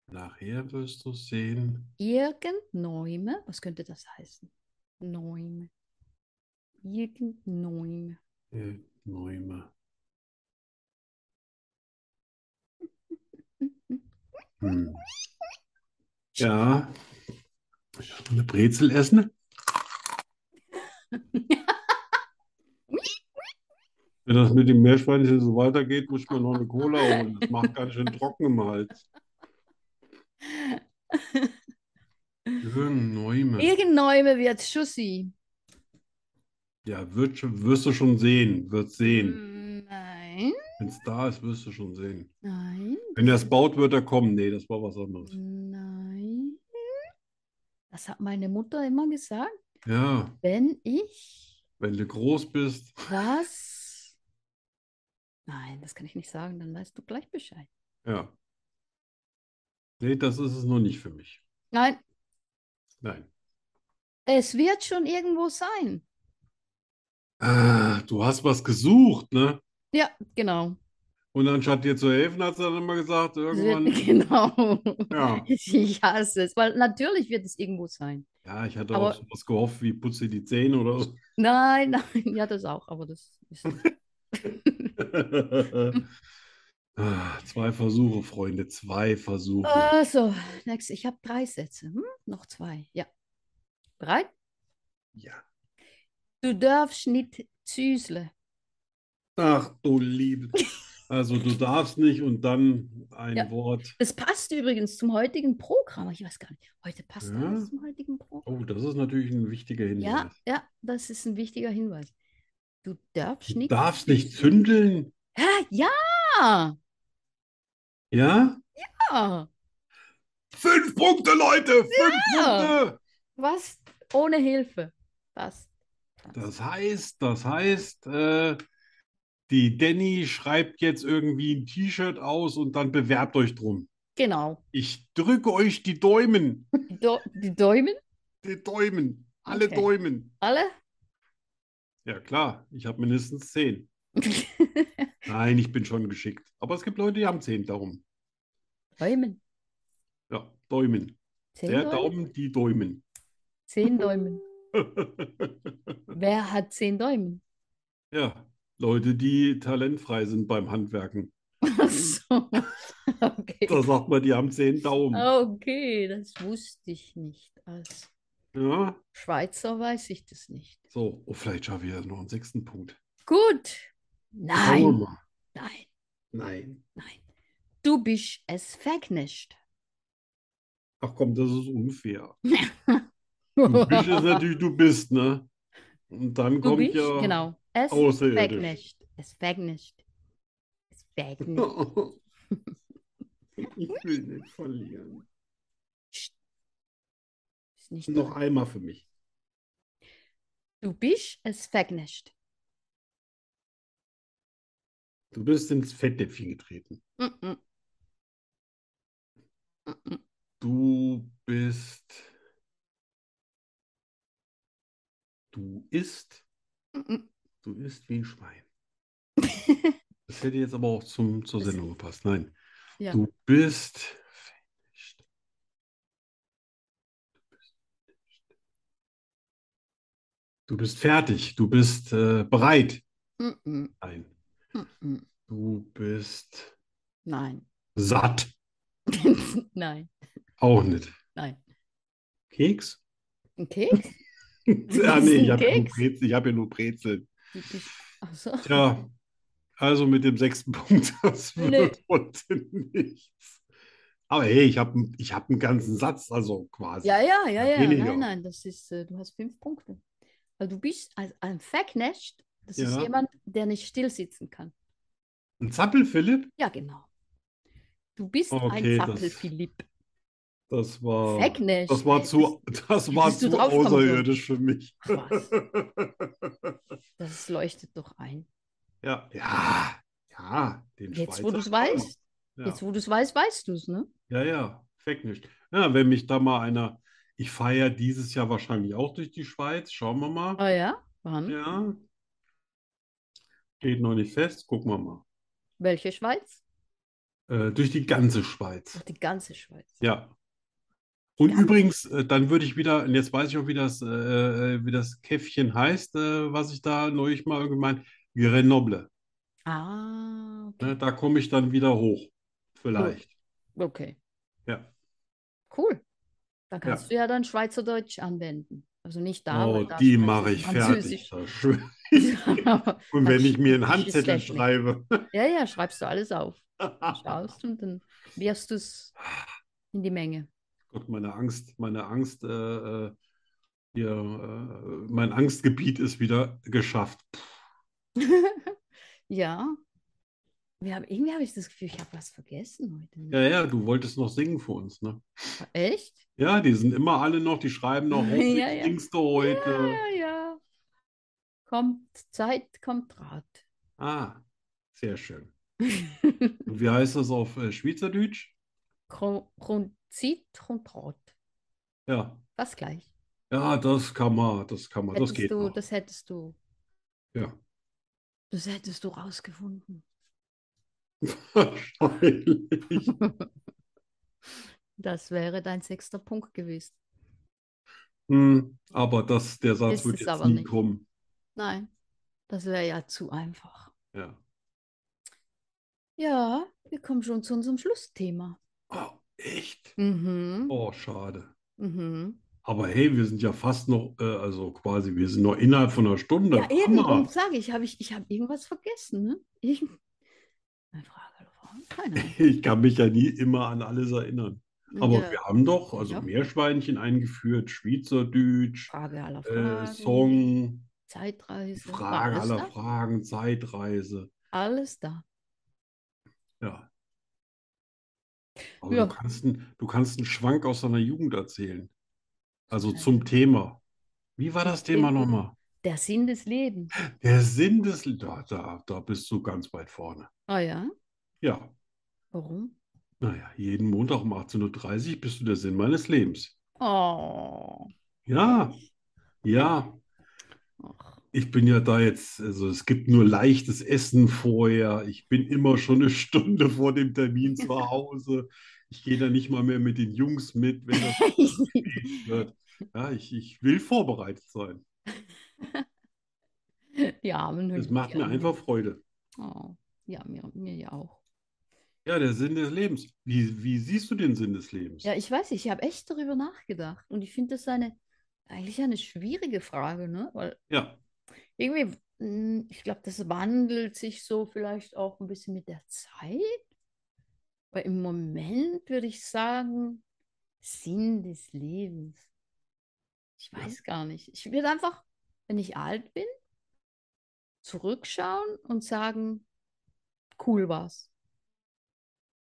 Speaker 4: Nachher wirst du es sehen.
Speaker 2: Irgendwann, was könnte das heißen? Neume. Irgendwann.
Speaker 4: Äh, Neume. Hm. Ja. Ich hab eine Brezel essen. Wenn das mit dem Meerschweinchen so weitergeht, muss ich mir noch eine Cola holen. Das macht ganz schön trocken im Hals. Neume.
Speaker 2: Irgendwann wird's schon sein.
Speaker 4: Ja, wird, schon- wirst du schon sehen. Wird
Speaker 2: Hm.
Speaker 4: sehen.
Speaker 2: Nein,
Speaker 4: Wenn es da ist, wirst du schon sehen.
Speaker 2: nein,
Speaker 4: Wenn er es baut, wird er kommen. Nee, das war was
Speaker 2: Mhm.
Speaker 4: anderes.
Speaker 2: nein. Das hat meine Mutter immer gesagt.
Speaker 4: Ja,
Speaker 2: Wenn ich
Speaker 4: wenn du groß bist.
Speaker 2: was. Nein, das kann ich nicht sagen, dann weißt du gleich Bescheid.
Speaker 4: Ja. Nee, das ist es noch nicht für mich.
Speaker 2: Nein,
Speaker 4: Nein.
Speaker 2: es wird schon irgendwo sein.
Speaker 4: Ah, du hast was gesucht, ne?
Speaker 2: Ja, genau.
Speaker 4: Und anstatt dir zu helfen, hat sie dann immer gesagt,
Speaker 2: Es wird,
Speaker 4: irgendwann.
Speaker 2: genau.
Speaker 4: Ja.
Speaker 2: Ich hasse es, weil natürlich wird es irgendwo sein.
Speaker 4: Ja, ich hatte
Speaker 2: Aber-
Speaker 4: auch sowas gehofft wie putze die Zähne oder so.
Speaker 2: Nein, nein, ja, das auch, aber das ist.
Speaker 4: Ah, Zwei Versuche, Freunde, zwei Versuche.
Speaker 2: Also, next, ich habe drei Sätze. Hm? Noch zwei, ja. Bereit?
Speaker 4: Ja.
Speaker 2: Du darfst nicht züsle.
Speaker 4: Ach du Liebe. Also du darfst nicht und dann ein
Speaker 2: Ja.
Speaker 4: Wort.
Speaker 2: Das passt übrigens zum heutigen Programm. Ich weiß gar nicht. Heute passt
Speaker 4: Ja?
Speaker 2: alles zum heutigen Programm.
Speaker 4: Oh, das ist natürlich ein wichtiger
Speaker 2: Ja,
Speaker 4: Hinweis.
Speaker 2: ja, das ist ein wichtiger Hinweis. Du darfst
Speaker 4: Du
Speaker 2: nicht.
Speaker 4: darfst nicht zündeln.
Speaker 2: Ah, ja,
Speaker 4: Ja?
Speaker 2: ja.
Speaker 4: Fünf Punkte, Leute! Fünf
Speaker 2: Ja.
Speaker 4: Punkte!
Speaker 2: Was? Ohne Hilfe. Was?
Speaker 4: Das heißt, das heißt, äh, die Danny schreibt jetzt irgendwie ein T-Shirt aus und dann bewerbt euch drum.
Speaker 2: Genau.
Speaker 4: Ich drücke euch die Däumen.
Speaker 2: Die, Dä- die Däumen,
Speaker 4: Die Däumen. Alle
Speaker 2: Okay.
Speaker 4: Däumen.
Speaker 2: alle?
Speaker 4: Ja, klar, ich habe mindestens zehn. Nein, ich bin schon geschickt. Aber es gibt Leute, die haben zehn darum.
Speaker 2: Däumen.
Speaker 4: Ja, Däumen.
Speaker 2: Zehn
Speaker 4: Der
Speaker 2: Däumen?
Speaker 4: Daumen, die Däumen.
Speaker 2: Zehn Däumen. Wer hat zehn Däumen?
Speaker 4: Ja, Leute, die talentfrei sind beim Handwerken.
Speaker 2: Ach so. Okay.
Speaker 4: Da sagt man, die haben zehn
Speaker 2: Oh.
Speaker 4: Daumen.
Speaker 2: Okay, das wusste ich nicht. Als
Speaker 4: Ja,
Speaker 2: Schweizer weiß ich das nicht.
Speaker 4: so. Oh, vielleicht schaffe ich ja noch einen sechsten Punkt.
Speaker 2: Gut.
Speaker 4: Schauen wir
Speaker 2: Nein,
Speaker 4: mal.
Speaker 2: nein,
Speaker 4: Nein.
Speaker 2: nein. Du bist es verknischt.
Speaker 4: Ach komm, das ist unfair. Du bist es natürlich, du bist, ne? Und dann
Speaker 2: Du
Speaker 4: kommt
Speaker 2: bist,
Speaker 4: ja
Speaker 2: genau. Es
Speaker 4: außerirdisch.
Speaker 2: verknischt. Es verknischt. Es verknischt.
Speaker 4: Ich will nicht verlieren.
Speaker 2: Ist nicht
Speaker 4: Noch
Speaker 2: dran.
Speaker 4: einmal für mich.
Speaker 2: Du bist es verknischt.
Speaker 4: Du bist ins Fettnäpfchen getreten.
Speaker 2: Mm-mm. Mm-mm.
Speaker 4: Du bist. Du isst.
Speaker 2: Mm-mm.
Speaker 4: Du isst wie ein Schwein. Das hätte jetzt aber auch zum, zur
Speaker 2: Das-
Speaker 4: Sendung gepasst. Nein.
Speaker 2: Ja.
Speaker 4: Du bist. Du bist fertig. Du bist äh, bereit.
Speaker 2: Mm-mm.
Speaker 4: Nein.
Speaker 2: Mm-mm.
Speaker 4: Du bist
Speaker 2: Nein.
Speaker 4: satt.
Speaker 2: Nein.
Speaker 4: Auch nicht.
Speaker 2: Nein.
Speaker 4: Keks?
Speaker 2: Ein Keks?
Speaker 4: Ah,
Speaker 2: ist
Speaker 4: nee,
Speaker 2: ein
Speaker 4: ich habe ja nur
Speaker 2: Keks?
Speaker 4: Brezel, ich habe ja nur Brezeln.
Speaker 2: Du bist. Ach so.
Speaker 4: Tja, also mit dem sechsten Punkt, das
Speaker 2: Nee.
Speaker 4: wird heute nichts. Aber hey, ich habe ich hab einen ganzen Satz, also quasi.
Speaker 2: Ja, ja, ja, ja.
Speaker 4: Weniger.
Speaker 2: Nein, nein, das ist, äh, du hast fünf Punkte. Weil du bist als ein Verknecht, das ist
Speaker 4: Ja.
Speaker 2: jemand, der nicht still sitzen kann.
Speaker 4: Ein Zappel, Philipp?
Speaker 2: Ja, genau. Du bist
Speaker 4: Okay,
Speaker 2: ein
Speaker 4: das-
Speaker 2: Zappel, Philipp.
Speaker 4: Das war,
Speaker 2: Verknecht.
Speaker 4: das war zu, das war
Speaker 2: bist du
Speaker 4: zu
Speaker 2: drauf gekommen, so?
Speaker 4: außerirdisch für mich.
Speaker 2: Ach was, das leuchtet doch ein.
Speaker 4: Ja, ja, ja, den
Speaker 2: Jetzt, wo du es
Speaker 4: Schweizer Raum.
Speaker 2: weißt.
Speaker 4: Ja.
Speaker 2: Jetzt, wo du es weißt, weißt du es, ne?
Speaker 4: Ja, ja, weg nicht. Ja, wenn mich da mal einer, ich fahre ja dieses Jahr wahrscheinlich auch durch die Schweiz, schauen wir mal.
Speaker 2: Ah ja? Wann?
Speaker 4: Ja, steht noch nicht fest, gucken wir mal.
Speaker 2: Welche Schweiz?
Speaker 4: Äh, durch die ganze
Speaker 2: Ach,
Speaker 4: Schweiz,
Speaker 2: die ganze Schweiz.
Speaker 4: ja. Und
Speaker 2: Ja.
Speaker 4: übrigens, äh, dann würde ich wieder, und jetzt weiß ich auch, wie das, äh, wie das Käffchen heißt, äh, was ich da neulich mal gemeint, Grenoble.
Speaker 2: Ah, okay.
Speaker 4: Ne, da komme ich dann wieder hoch, vielleicht.
Speaker 2: Okay.
Speaker 4: Ja.
Speaker 2: Cool. Da kannst du ja dann Schweizerdeutsch anwenden. Also nicht da,
Speaker 4: Oh,
Speaker 2: weil da
Speaker 4: die
Speaker 2: sprichst
Speaker 4: mache
Speaker 2: du
Speaker 4: ich
Speaker 2: Französisch.
Speaker 4: fertig. Das ist schön.
Speaker 2: Aber-
Speaker 4: Und wenn ich mir einen
Speaker 2: Französisch ist
Speaker 4: Handzettel
Speaker 2: schlecht.
Speaker 4: schreibe.
Speaker 2: ja, ja, schreibst du alles auf. Schaust und dann wirfst du es in die Menge.
Speaker 4: Gott, meine Angst, meine Angst, äh, äh, hier, äh, mein Angstgebiet ist wieder geschafft.
Speaker 2: Ja. Wir haben, irgendwie habe ich das Gefühl, ich habe was vergessen heute.
Speaker 4: Ja, ja, du wolltest noch singen für uns, ne?
Speaker 2: Echt?
Speaker 4: Ja, die sind immer alle noch, die schreiben noch,
Speaker 2: Ja,
Speaker 4: hoffentlich
Speaker 2: ja.
Speaker 4: singst du heute.
Speaker 2: Ja, ja. Kommt Zeit, kommt Rat.
Speaker 4: Ah, sehr schön. Und wie heißt das auf äh, Schweizerdeutsch?
Speaker 2: Kron- Kron- Zeit, kommt Rat.
Speaker 4: Ja,
Speaker 2: Was gleich.
Speaker 4: ja, das kann man, das kann man, das
Speaker 2: Hättest
Speaker 4: geht
Speaker 2: du,
Speaker 4: noch.
Speaker 2: das hättest du,
Speaker 4: Ja,
Speaker 2: das hättest du rausgefunden.
Speaker 4: wahrscheinlich.
Speaker 2: Das wäre dein sechster Punkt gewesen.
Speaker 4: Hm, aber das, der Satz
Speaker 2: Ist
Speaker 4: wird
Speaker 2: es
Speaker 4: jetzt
Speaker 2: aber
Speaker 4: nie
Speaker 2: nicht.
Speaker 4: kommen.
Speaker 2: Nein, das wäre ja zu einfach.
Speaker 4: Ja.
Speaker 2: Ja, wir kommen schon zu unserem Schlussthema.
Speaker 4: Oh, echt?
Speaker 2: Mhm,
Speaker 4: Oh, schade.
Speaker 2: mhm.
Speaker 4: Aber hey, wir sind ja fast noch, äh, also quasi, wir sind noch innerhalb von einer Stunde.
Speaker 2: Ja, eben,
Speaker 4: Hammer.
Speaker 2: und sage ich, habe ich, ich habe irgendwas vergessen, ne? Ich, eine Frage, keine Ahnung.
Speaker 4: Ich kann mich ja nie immer an alles erinnern. Aber
Speaker 2: Ja,
Speaker 4: wir haben doch, also
Speaker 2: Ja.
Speaker 4: Meerschweinchen eingeführt, Schweizerdeutsch,
Speaker 2: Frage aller
Speaker 4: äh,
Speaker 2: Fragen,
Speaker 4: Song,
Speaker 2: Zeitreise, war
Speaker 4: Frage
Speaker 2: alles
Speaker 4: aller
Speaker 2: da?
Speaker 4: Fragen, Zeitreise.
Speaker 2: Alles da.
Speaker 4: Ja. Aber
Speaker 2: Ja.
Speaker 4: du kannst, n- du kannst einen Schwank aus deiner Jugend erzählen. Also
Speaker 2: Ja.
Speaker 4: zum Thema. Wie war das Thema
Speaker 2: Thema.
Speaker 4: nochmal?
Speaker 2: Der Sinn des Lebens.
Speaker 4: Der Sinn des, da, da, da bist du ganz weit vorne.
Speaker 2: Ah ja,
Speaker 4: Ja.
Speaker 2: warum?
Speaker 4: Naja, jeden Montag um 18.30 Uhr bist du der Sinn meines Lebens.
Speaker 2: Oh,
Speaker 4: Ja, ja.
Speaker 2: ach,
Speaker 4: Ich bin ja da jetzt, also es gibt nur leichtes Essen vorher. Ich bin immer schon eine Stunde vor dem Termin zu Hause. Ich gehe da nicht mal mehr mit den Jungs mit, wenn das wird. Ja, ich, ich will vorbereitet sein.
Speaker 2: die armen
Speaker 4: Das
Speaker 2: Hündchen.
Speaker 4: macht mir einfach Freude.
Speaker 2: Oh, ja, mir, mir ja auch.
Speaker 4: Ja, der Sinn des Lebens. Wie, wie siehst du den Sinn des Lebens?
Speaker 2: Ja, ich weiß, ich habe echt darüber nachgedacht und ich finde das eine, eigentlich eine schwierige Frage, ne? Weil
Speaker 4: Ja,
Speaker 2: irgendwie, mh, ich glaube, das wandelt sich so vielleicht auch ein bisschen mit der Zeit. Weil im Moment würde ich sagen, Sinn des Lebens. Ich
Speaker 4: Ja.
Speaker 2: weiß gar nicht. Ich würde einfach, wenn ich alt bin, zurückschauen und sagen, cool war's.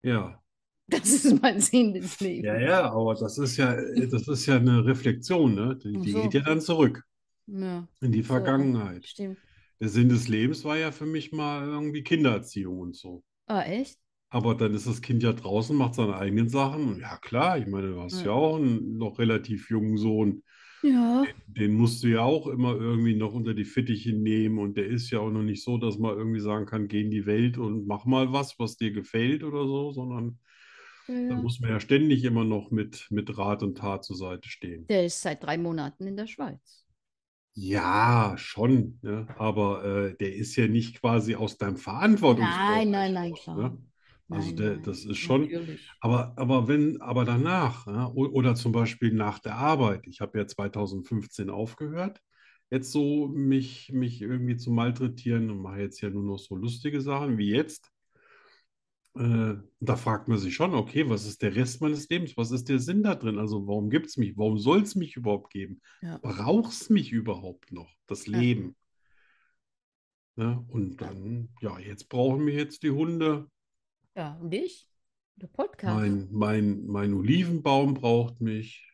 Speaker 4: ja.
Speaker 2: Das ist mein Sinn des
Speaker 4: Ja,
Speaker 2: Lebens.
Speaker 4: ja, aber das ist ja, das ist ja eine Reflexion, ne? Die,
Speaker 2: Ach
Speaker 4: die
Speaker 2: so.
Speaker 4: geht ja dann zurück
Speaker 2: Ja,
Speaker 4: in die
Speaker 2: So, ja.
Speaker 4: Vergangenheit.
Speaker 2: stimmt.
Speaker 4: Der Sinn des Lebens war ja für mich mal irgendwie Kindererziehung und so.
Speaker 2: Ah, echt?
Speaker 4: Aber dann ist das Kind ja draußen, macht seine eigenen Sachen. Und ja, klar, ich meine, du hast ja
Speaker 2: Ja.
Speaker 4: auch einen noch relativ jungen Sohn.
Speaker 2: Ja.
Speaker 4: Den musst du ja auch immer irgendwie noch unter die Fittiche nehmen. Und der ist ja auch noch nicht so, dass man irgendwie sagen kann, geh in die Welt und mach mal was, was dir gefällt oder so, sondern
Speaker 2: Ja,
Speaker 4: da
Speaker 2: ja.
Speaker 4: muss man ja ständig immer noch mit, mit Rat und Tat zur Seite stehen.
Speaker 2: Der ist seit drei Monaten in der Schweiz.
Speaker 4: Ja, schon, ne? Aber äh, der ist ja nicht quasi aus deinem Verantwortungsbereich
Speaker 2: Nein, nein, nein,
Speaker 4: raus,
Speaker 2: klar.
Speaker 4: ne? Also
Speaker 2: Nein,
Speaker 4: der,
Speaker 2: nein,
Speaker 4: das ist schon,
Speaker 2: natürlich.
Speaker 4: aber, aber wenn, aber danach, ja, o- oder zum Beispiel nach der Arbeit. Ich habe ja 2015 aufgehört, jetzt so mich, mich irgendwie zu malträtieren und mache jetzt ja nur noch so lustige Sachen wie jetzt. Äh, da fragt man sich schon, okay, was ist der Rest meines Lebens? Was ist der Sinn da drin? Also warum gibt es mich? Warum soll es mich überhaupt geben?
Speaker 2: Ja.
Speaker 4: Braucht es mich überhaupt noch, das
Speaker 2: Ja.
Speaker 4: Leben? Ne? Und dann, ja, jetzt brauchen mir jetzt die Hunde.
Speaker 2: Ja, und ich? Der Podcast.
Speaker 4: Mein, mein, mein Olivenbaum braucht mich.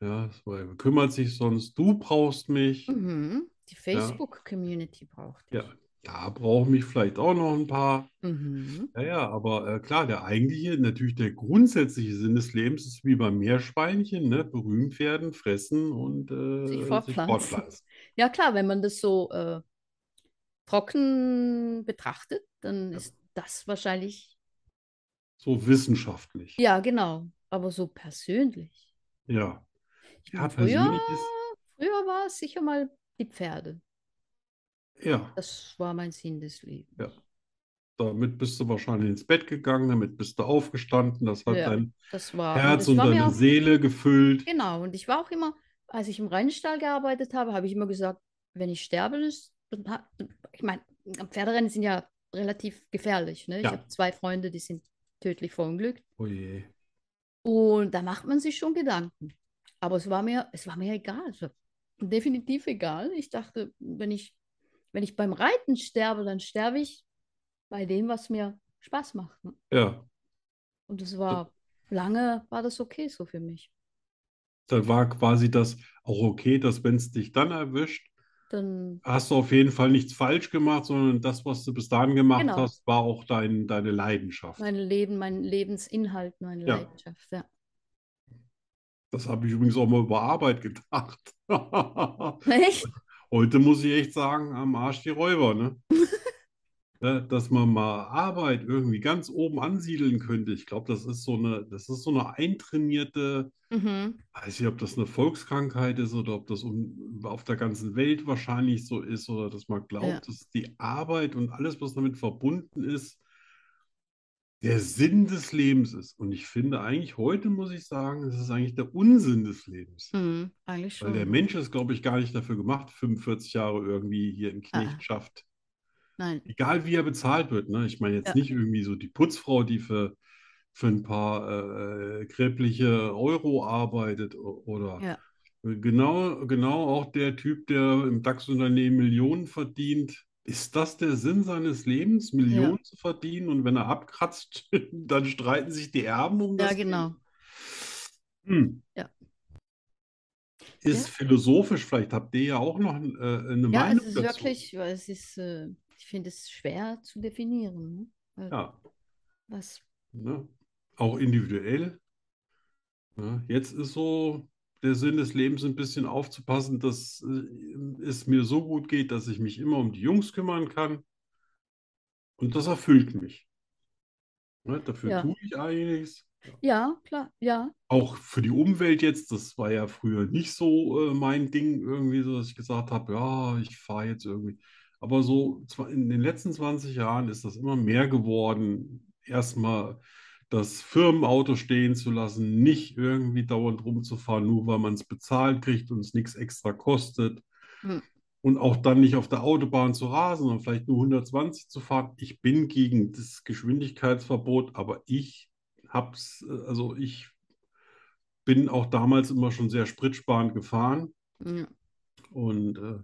Speaker 4: Ja, weil kümmert sich sonst. Du brauchst mich.
Speaker 2: Mhm. Die Facebook-Community braucht dich.
Speaker 4: Ja, Da brauchen mich vielleicht auch noch ein paar.
Speaker 2: Mhm.
Speaker 4: Ja, ja, aber äh, klar, der eigentliche, natürlich der grundsätzliche Sinn des Lebens ist wie beim Meerschweinchen, ne? Berühmt werden, fressen und äh,
Speaker 2: Sich
Speaker 4: sich
Speaker 2: fortpflanzen.
Speaker 4: fortpflanzen.
Speaker 2: Ja, klar, wenn man das so äh, trocken betrachtet, dann ist das wahrscheinlich.
Speaker 4: So wissenschaftlich.
Speaker 2: Ja, genau. Aber so persönlich.
Speaker 4: Ja.
Speaker 2: Ich
Speaker 4: Ja,
Speaker 2: meine, früher,
Speaker 4: persönlich ist,
Speaker 2: früher war es sicher mal die Pferde.
Speaker 4: ja,
Speaker 2: Das war mein Sinn des Lebens.
Speaker 4: Ja. damit bist du wahrscheinlich ins Bett gegangen, damit bist du aufgestanden, das hat
Speaker 2: Ja,
Speaker 4: dein
Speaker 2: Das war, und
Speaker 4: Herz
Speaker 2: das
Speaker 4: und
Speaker 2: war mir
Speaker 4: deine
Speaker 2: auch,
Speaker 4: Seele gefüllt.
Speaker 2: genau. Und ich war auch immer, als ich im Rennstall gearbeitet habe, habe ich immer gesagt, wenn ich sterbe, das, dann, ha- ich meine, Pferderennen sind ja relativ gefährlich, ne? Ich
Speaker 4: Ja.
Speaker 2: habe zwei Freunde, die sind tödlich verunglückt.
Speaker 4: Oh je.
Speaker 2: Und da macht man sich schon Gedanken. Aber es war mir, es war mir egal. Es war definitiv egal. Ich dachte, wenn ich, wenn ich beim Reiten sterbe, dann sterbe ich bei dem, was mir Spaß macht. Ne?
Speaker 4: Ja,
Speaker 2: Und das war, lange war das okay so für mich.
Speaker 4: dann war quasi das auch okay, dass wenn es dich dann erwischt,
Speaker 2: Dann,
Speaker 4: hast du auf jeden Fall nichts falsch gemacht, sondern das, was du bis dahin gemacht
Speaker 2: Genau.
Speaker 4: hast, war auch dein, deine Leidenschaft.
Speaker 2: mein Leben, mein Lebensinhalt, meine
Speaker 4: Ja.
Speaker 2: Leidenschaft. Ja.
Speaker 4: Das habe ich übrigens auch mal über Arbeit gedacht.
Speaker 2: Echt?
Speaker 4: Heute muss ich echt sagen, am Arsch die Räuber, ne? Ja, Dass man mal Arbeit irgendwie ganz oben ansiedeln könnte. Ich glaube, das ist so eine, das ist so eine eintrainierte,
Speaker 2: Mhm.
Speaker 4: weiß nicht, ob das eine Volkskrankheit ist oder ob das um, auf der ganzen Welt wahrscheinlich so ist oder dass man glaubt,
Speaker 2: Ja.
Speaker 4: dass die Arbeit und alles, was damit verbunden ist, der Sinn des Lebens ist. Und ich finde eigentlich, heute muss ich sagen, es ist eigentlich der Unsinn des Lebens.
Speaker 2: Mhm. Eigentlich
Speaker 4: Weil der
Speaker 2: schon.
Speaker 4: Mensch ist, glaube ich, gar nicht dafür gemacht, 45 Jahre irgendwie hier in
Speaker 2: Ah.
Speaker 4: Knechtschaft,
Speaker 2: Nein.
Speaker 4: egal wie er bezahlt wird. Ne? Ich meine jetzt
Speaker 2: Ja.
Speaker 4: nicht irgendwie so die Putzfrau, die für, für ein paar äh, kräbliche Euro arbeitet o- oder
Speaker 2: Ja.
Speaker 4: genau, genau auch der Typ, der im DAX-Unternehmen Millionen verdient. Ist das der Sinn seines Lebens, Millionen zu verdienen? Und wenn er abkratzt, dann streiten sich die Erben um
Speaker 2: Ja,
Speaker 4: das Geld?
Speaker 2: genau.
Speaker 4: Hm.
Speaker 2: Ja.
Speaker 4: Ist
Speaker 2: Ja.
Speaker 4: philosophisch, vielleicht habt ihr ja auch noch äh, eine
Speaker 2: Ja, es
Speaker 4: Meinung
Speaker 2: ist
Speaker 4: dazu.
Speaker 2: wirklich, weil es ist, äh, ich finde es schwer zu definieren. Ne? Weil
Speaker 4: Ja,
Speaker 2: Was,
Speaker 4: ne? Auch individuell. Ne? Jetzt ist so der Sinn des Lebens ein bisschen aufzupassen, dass äh, es mir so gut geht, dass ich mich immer um die Jungs kümmern kann. Und das erfüllt mich. Ne? Dafür
Speaker 2: Ja.
Speaker 4: tue ich einiges.
Speaker 2: ja, klar, ja.
Speaker 4: Auch für die Umwelt jetzt, das war ja früher nicht so äh, mein Ding irgendwie, so dass ich gesagt habe, ja, ich fahre jetzt irgendwie. Aber so zwa- in den letzten 20 Jahren ist das immer mehr geworden, erstmal das Firmenauto stehen zu lassen, nicht irgendwie dauernd rumzufahren, nur weil man es bezahlt kriegt und es nichts extra kostet.
Speaker 2: Hm.
Speaker 4: Und auch dann nicht auf der Autobahn zu rasen und vielleicht nur 120 zu fahren. Ich bin gegen das Geschwindigkeitsverbot, aber ich hab's, äh, also ich bin auch damals immer schon sehr spritsparend gefahren
Speaker 2: Ja.
Speaker 4: und äh,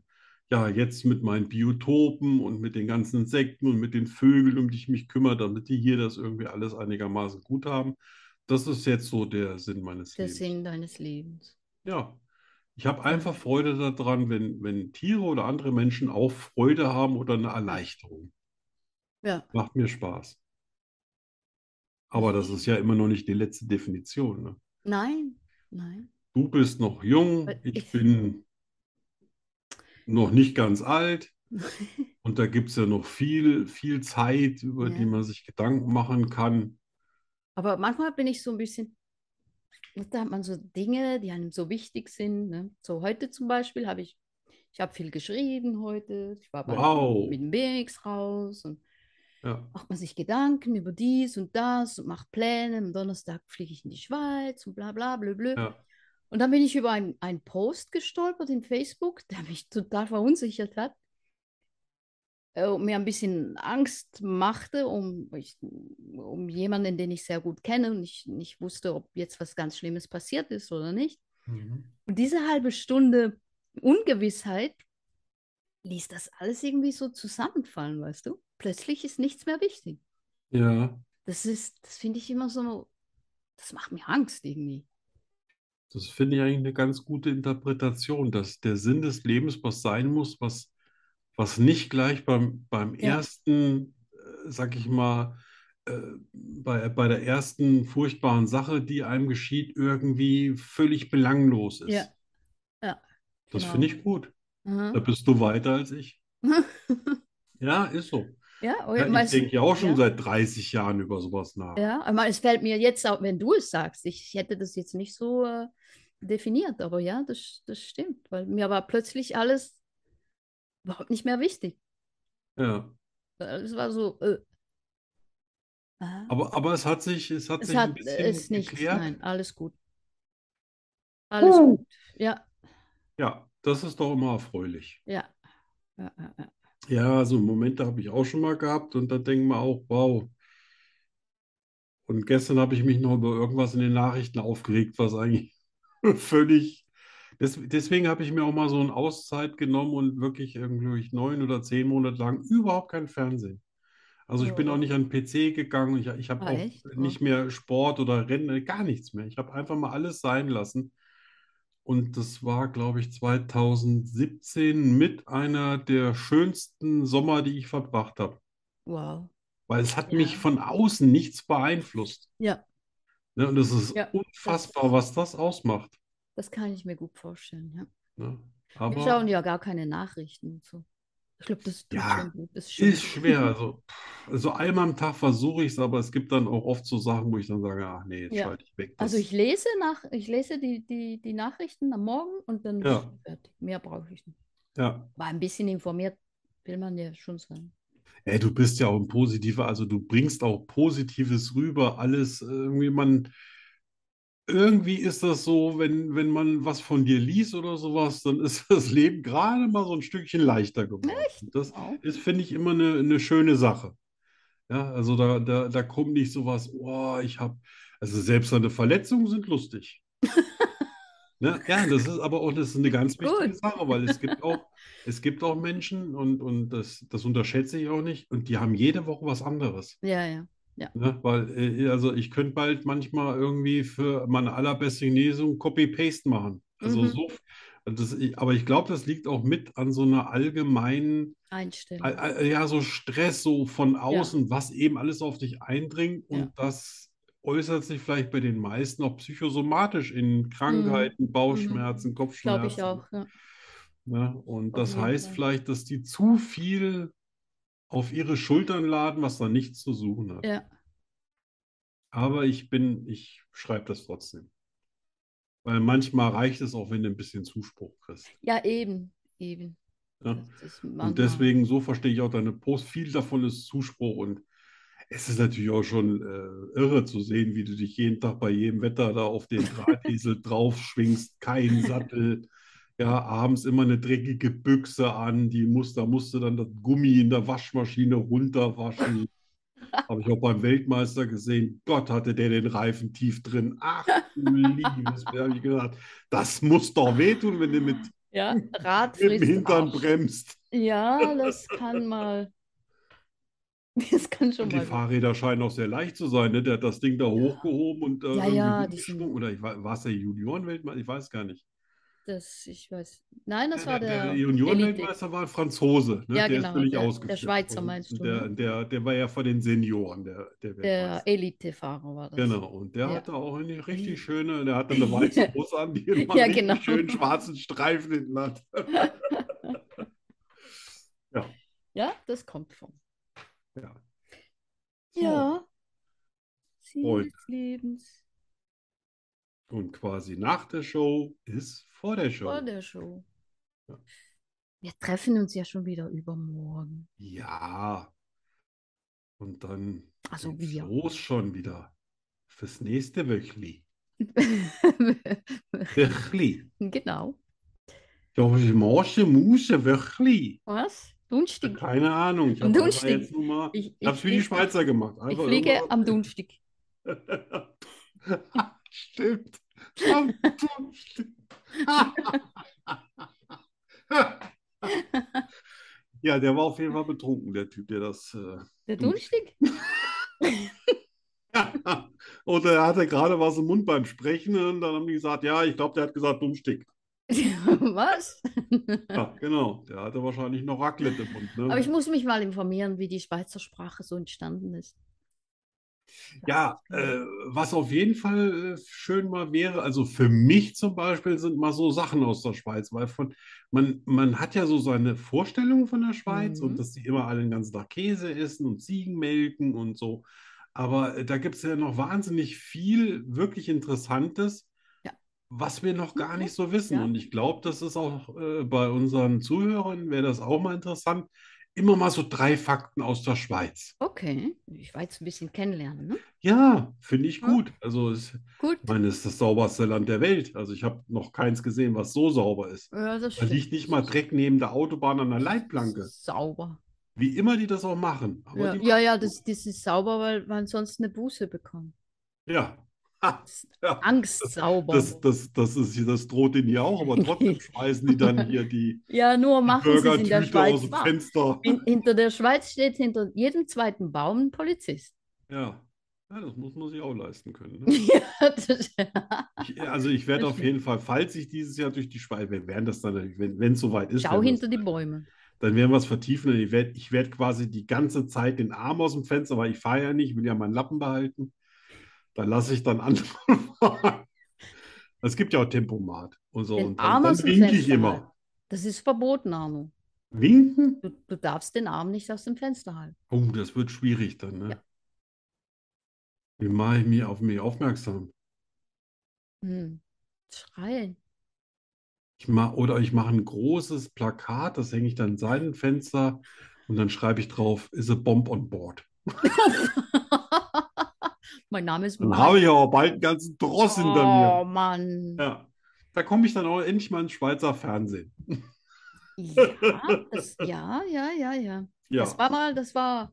Speaker 4: ja, jetzt mit meinen Biotopen und mit den ganzen Insekten und mit den Vögeln, um die ich mich kümmere, damit die hier das irgendwie alles einigermaßen gut haben. Das ist jetzt so der Sinn meines
Speaker 2: Der
Speaker 4: Lebens.
Speaker 2: Sinn deines Lebens.
Speaker 4: Ja. Ich habe einfach Freude daran, wenn, wenn Tiere oder andere Menschen auch Freude haben oder eine Erleichterung.
Speaker 2: Ja,
Speaker 4: Macht mir Spaß. Aber das ist ja immer noch nicht die letzte Definition. Ne?
Speaker 2: nein, nein.
Speaker 4: Du bist noch jung,
Speaker 2: Weil
Speaker 4: ich
Speaker 2: Äh, ich-
Speaker 4: bin noch nicht ganz alt. Und da gibt es ja noch viel, viel Zeit, über
Speaker 2: Ja.
Speaker 4: die man sich Gedanken machen kann.
Speaker 2: Aber manchmal bin ich so ein bisschen, da hat man so Dinge, die einem so wichtig sind. Ne? So heute zum Beispiel habe ich, ich habe viel geschrieben heute. Ich war beim,
Speaker 4: Wow.
Speaker 2: mit dem BMX raus und
Speaker 4: Ja,
Speaker 2: macht man sich Gedanken über dies und das und macht Pläne. Am Donnerstag fliege ich in die Schweiz und bla bla blö blö.
Speaker 4: ja,
Speaker 2: Und dann bin ich über einen, einen Post gestolpert in Facebook, der mich total verunsichert hat. äh, Und mir ein bisschen Angst machte um, ich, um jemanden, den ich sehr gut kenne und ich nicht wusste, ob jetzt was ganz Schlimmes passiert ist oder nicht.
Speaker 4: Mhm.
Speaker 2: Und diese halbe Stunde Ungewissheit ließ das alles irgendwie so zusammenfallen, weißt du? Plötzlich ist nichts mehr wichtig.
Speaker 4: ja.
Speaker 2: Das ist, das finde ich immer so, das macht mir Angst irgendwie.
Speaker 4: Das finde ich eigentlich eine ganz gute Interpretation, dass der Sinn des Lebens was sein muss, was was nicht gleich beim, beim
Speaker 2: Ja.
Speaker 4: ersten, äh, sag ich mal, äh, bei, bei der ersten furchtbaren Sache, die einem geschieht, irgendwie völlig belanglos ist.
Speaker 2: Ja, ja,
Speaker 4: Das
Speaker 2: genau. Hm?
Speaker 4: finde ich gut. Da
Speaker 2: Aha.
Speaker 4: bist du weiter als ich. Ja, ist so.
Speaker 2: Oh, Ja,
Speaker 4: Ja,
Speaker 2: oder
Speaker 4: ich
Speaker 2: meinst du-
Speaker 4: denke ja auch schon
Speaker 2: ja?
Speaker 4: seit 30 Jahren über sowas nach.
Speaker 2: Ja, aber es fällt mir jetzt auch, wenn du es sagst, ich hätte das jetzt nicht so äh, definiert, aber ja, das, das stimmt, weil mir war plötzlich alles überhaupt nicht mehr wichtig.
Speaker 4: Ja.
Speaker 2: Es war so, äh, aha.
Speaker 4: Aber, aber es hat sich, es hat
Speaker 2: Es
Speaker 4: sich ein
Speaker 2: hat
Speaker 4: bisschen
Speaker 2: es nicht,
Speaker 4: geklärt.
Speaker 2: nein, alles gut. Alles
Speaker 4: Uh.
Speaker 2: gut, ja,
Speaker 4: Ja, das ist doch immer erfreulich.
Speaker 2: ja. Ja, ja, ja.
Speaker 4: Ja, so Momente habe ich auch schon mal gehabt und da denken wir auch, wow. Und gestern habe ich mich noch über irgendwas in den Nachrichten aufgeregt, was eigentlich völlig. Des, deswegen habe ich mir auch mal so eine Auszeit genommen und wirklich irgendwie neun oder zehn Monate lang überhaupt kein Fernsehen. Also ich bin auch
Speaker 2: Oh.
Speaker 4: nicht an den PC gegangen, ich, ich habe
Speaker 2: Ah,
Speaker 4: auch
Speaker 2: echt? Oh.
Speaker 4: nicht mehr Sport oder Rennen, äh, gar nichts mehr. Ich habe einfach mal alles sein lassen. Und das war, glaube ich, 2017 mit einer der schönsten Sommer, die ich verbracht habe.
Speaker 2: Wow.
Speaker 4: Weil es hat
Speaker 2: Ja.
Speaker 4: mich von außen nichts beeinflusst.
Speaker 2: Ja.
Speaker 4: Ne? Und es ist
Speaker 2: Ja,
Speaker 4: unfassbar, was das ausmacht.
Speaker 2: Das kann ich mir gut vorstellen, ja.
Speaker 4: Ne?
Speaker 2: Wir
Speaker 4: Aber
Speaker 2: schauen ja gar keine Nachrichten und so. Ich glaube, das tut
Speaker 4: Ja,
Speaker 2: schon gut. Das ist schön.
Speaker 4: ist schwer. Also, pff, also einmal am Tag versuche ich es, aber es gibt dann auch oft so Sachen, wo ich dann sage, ach nee, jetzt
Speaker 2: Ja.
Speaker 4: schalte ich weg.
Speaker 2: Also
Speaker 4: Das-
Speaker 2: ich lese nach, ich lese die, die, die Nachrichten am Morgen und dann
Speaker 4: Ja.
Speaker 2: ist fertig. Mehr brauche ich nicht.
Speaker 4: ja.
Speaker 2: Aber ein bisschen informiert will man ja schon sein.
Speaker 4: Ey, du bist ja auch ein Positiver, also du bringst auch Positives rüber, alles äh, irgendwie man, irgendwie ist das so, wenn, wenn man was von dir liest oder sowas, dann ist das Leben gerade mal so ein Stückchen leichter geworden. Und Das
Speaker 2: Wow.
Speaker 4: ist, finde ich, immer eine, eine schöne Sache. Ja, also da, da, da kommt nicht sowas, oh, ich habe, also selbst deine Verletzungen sind lustig. Ne? Ja, das ist aber auch das ist eine ganz wichtige
Speaker 2: Gut.
Speaker 4: Sache, weil es gibt auch, es gibt auch Menschen und, und das, das unterschätze ich auch nicht, und die haben jede Woche was anderes.
Speaker 2: Ja, ja.
Speaker 4: Ne? Weil, äh, also ich könnte bald manchmal irgendwie für meine allerbeste Genesung Copy-Paste machen. Also
Speaker 2: Mhm.
Speaker 4: so, das, ich- aber ich glaube, das liegt auch mit an so einer allgemeinen,
Speaker 2: Einstellen.
Speaker 4: Al- al- Äh, Ja, so Stress so von außen, was eben alles auf dich eindringt und
Speaker 2: Ja.
Speaker 4: das äußert sich vielleicht bei den meisten auch psychosomatisch in Krankheiten, Bauchschmerzen,
Speaker 2: Glaube Mhm. ich
Speaker 4: Kopfschmerzen.
Speaker 2: auch. Ja.
Speaker 4: Ne? Und
Speaker 2: Auf
Speaker 4: das
Speaker 2: jeden
Speaker 4: heißt
Speaker 2: Fall.
Speaker 4: vielleicht, dass die zu viel auf ihre Schultern laden, was da nichts zu suchen hat.
Speaker 2: Ja.
Speaker 4: Aber ich bin, ich schreibe das trotzdem. Weil manchmal reicht es auch, wenn du ein bisschen Zuspruch kriegst.
Speaker 2: ja, eben. Eben.
Speaker 4: Ne?
Speaker 2: Das ist manchmal-
Speaker 4: Und deswegen, so verstehe ich auch deine Post, viel davon ist Zuspruch und es ist natürlich auch schon äh, irre zu sehen, wie du dich jeden Tag bei jedem Wetter da auf den Drahtesel draufschwingst, kein Sattel, ja, abends immer eine dreckige Büchse an, die muss, da musst du dann das Gummi in der Waschmaschine runterwaschen. Habe ich auch beim Weltmeister gesehen. Gott, hatte der den Reifen tief drin. Ach, du liebes, da habe ich gedacht, das muss doch wehtun, wenn du mit,
Speaker 2: Ja, Rad
Speaker 4: mit dem
Speaker 2: frisst
Speaker 4: Hintern
Speaker 2: Arsch.
Speaker 4: bremst.
Speaker 2: Ja, das kann mal. Das kann schon
Speaker 4: Und die
Speaker 2: mal.
Speaker 4: Fahrräder scheinen auch sehr leicht zu sein, ne? Der hat das Ding da hochgehoben und äh,
Speaker 2: Ja,
Speaker 4: irgendwie
Speaker 2: ja, die sind-
Speaker 4: hochgeschwungen. Oder ich, war es der Juniorenweltmeister? Ich weiß gar nicht.
Speaker 2: Das, ich weiß. Nein, das war
Speaker 4: der,
Speaker 2: der Elite.
Speaker 4: Juniorenweltmeister war ein Franzose, ne?
Speaker 2: Ja,
Speaker 4: Der ist
Speaker 2: genau,
Speaker 4: völlig
Speaker 2: der- der
Speaker 4: ausgeflippt.
Speaker 2: Schweizer
Speaker 4: Und
Speaker 2: meinst du,
Speaker 4: Der,
Speaker 2: ne?
Speaker 4: der, der war ja von den Senioren, der, der
Speaker 2: Der
Speaker 4: Weltmeister.
Speaker 2: Elite-Fahrer war das.
Speaker 4: Genau, und der
Speaker 2: Ja. Mhm.
Speaker 4: hatte auch eine richtig schöne, der hatte eine weiße Hose an, die immer
Speaker 2: Ja,
Speaker 4: einen
Speaker 2: genau.
Speaker 4: richtig schönen schwarzen Streifen hinten hat.
Speaker 2: Ja, das kommt von.
Speaker 4: Ja. So,
Speaker 2: Ja. Ziel
Speaker 4: Freunde.
Speaker 2: des Lebens.
Speaker 4: und quasi nach der Show ist vor der Show.
Speaker 2: Vor der Show.
Speaker 4: Ja.
Speaker 2: Wir treffen uns ja schon wieder übermorgen.
Speaker 4: Ja. Und dann
Speaker 2: Also
Speaker 4: geht's
Speaker 2: wir.
Speaker 4: los schon wieder. Fürs nächste Wöchli. Wöchli.
Speaker 2: Genau.
Speaker 4: Ja, was ist Morsche, Musche, Wöchli.
Speaker 2: Was? Dunstig.
Speaker 4: Keine Ahnung. Ich
Speaker 2: Am
Speaker 4: habe
Speaker 2: Dunstig.
Speaker 4: jetzt nur mal.
Speaker 2: Ich,
Speaker 4: Ich hab's wie die
Speaker 2: flieg-
Speaker 4: Schweizer gemacht.
Speaker 2: ich
Speaker 4: Einfach
Speaker 2: fliege
Speaker 4: irgendwas-
Speaker 2: am Dunstig.
Speaker 4: Stimmt. Am Dunstig. ja, der war auf jeden Fall betrunken, der Typ, der das. Äh,
Speaker 2: Der
Speaker 4: Dunstig.
Speaker 2: Dunstig?
Speaker 4: Und er hatte gerade was im Mund beim Sprechen und dann haben die gesagt, ja, ich glaube, der hat gesagt Dummstick.
Speaker 2: Was?
Speaker 4: Ja, genau. Der hatte wahrscheinlich noch Raclette im Mund. Ne?
Speaker 2: Aber ich muss mich mal informieren, wie die Schweizer Sprache so entstanden ist.
Speaker 4: Ja, äh, was auf jeden Fall äh, schön mal wäre, also für mich zum Beispiel sind mal so Sachen aus der Schweiz, weil von, man, man hat ja so seine Vorstellung von der Schweiz und
Speaker 2: Mhm.
Speaker 4: dass die immer alle den ganzen Tag Käse essen und Ziegen melken und so. Aber äh, da gibt es ja noch wahnsinnig viel wirklich Interessantes,
Speaker 2: Ja. Mhm.
Speaker 4: was wir noch gar nicht so wissen.
Speaker 2: Ja.
Speaker 4: Und ich glaube, das ist auch äh, bei unseren Zuhörern, wäre das auch mal interessant, immer mal so drei Fakten aus der Schweiz.
Speaker 2: Okay, ich war jetzt ein bisschen kennenlernen, ne?
Speaker 4: Ja, finde ich
Speaker 2: Ja.
Speaker 4: gut. Also es,
Speaker 2: Gut,
Speaker 4: ich meine, es ist das sauberste Land der Welt. Also ich habe noch keins gesehen, was so sauber ist.
Speaker 2: ja, das
Speaker 4: Da liegt
Speaker 2: stimmt.
Speaker 4: nicht mal Dreck neben der Autobahn an der Leitplanke.
Speaker 2: Sauber.
Speaker 4: Wie immer die das auch machen. Aber
Speaker 2: Ja,
Speaker 4: die
Speaker 2: ja, ja das, das ist sauber, weil man sonst eine Buße bekommt.
Speaker 4: ja. Ha,
Speaker 2: Das ist
Speaker 4: ja.
Speaker 2: Angst sauber.
Speaker 4: Das, das, das ist, das droht denen ja auch, aber trotzdem schmeißen die dann hier die,
Speaker 2: ja, nur
Speaker 4: die
Speaker 2: machen sie es in der
Speaker 4: Burgertüte aus
Speaker 2: Schweiz
Speaker 4: dem
Speaker 2: wahr.
Speaker 4: Fenster.
Speaker 2: In, hinter der Schweiz steht hinter jedem zweiten Baum ein Polizist.
Speaker 4: Ja. Ja, das muss man sich auch leisten können. Ne?
Speaker 2: ja, das,
Speaker 4: Ich, also ich werde
Speaker 2: Das
Speaker 4: auf
Speaker 2: stimmt.
Speaker 4: jeden Fall, falls ich dieses Jahr durch die Schweiz, wir werden das dann, natürlich, wenn wenn es soweit ist,
Speaker 2: schau
Speaker 4: werden wir es
Speaker 2: hinter die Bäume.
Speaker 4: dann werden wir es vertiefen. Und ich werde ich werd quasi die ganze Zeit den Arm aus dem Fenster, weil ich fahre ja nicht, ich will ja meinen Lappen behalten. Da lasse ich dann andere fahren. Es gibt ja auch Tempomat und so.
Speaker 2: Den
Speaker 4: Und
Speaker 2: Arm
Speaker 4: dann, dann
Speaker 2: aus dem
Speaker 4: winke ich
Speaker 2: Fenster
Speaker 4: immer.
Speaker 2: halten. Das ist verboten, Arno.
Speaker 4: Winken?
Speaker 2: Du, du darfst den Arm nicht aus dem Fenster halten.
Speaker 4: Oh, das wird schwierig dann, ne?
Speaker 2: Ja.
Speaker 4: Wie mache ich mich auf mich aufmerksam?
Speaker 2: Hm. Schreien.
Speaker 4: Ich mach, oder ich mache ein großes Plakat, das hänge ich dann in sein Fenster und dann schreibe ich drauf, is a bomb on board.
Speaker 2: mein Name ist
Speaker 4: Dann
Speaker 2: Mike.
Speaker 4: habe ich aber bald einen ganzen Dross hinter mir.
Speaker 2: Oh Mann.
Speaker 4: Ja, da komme ich dann auch endlich mal ins Schweizer Fernsehen.
Speaker 2: Ja, das, ja, ja, ja, ja. Das
Speaker 4: Ja.
Speaker 2: war mal, das war,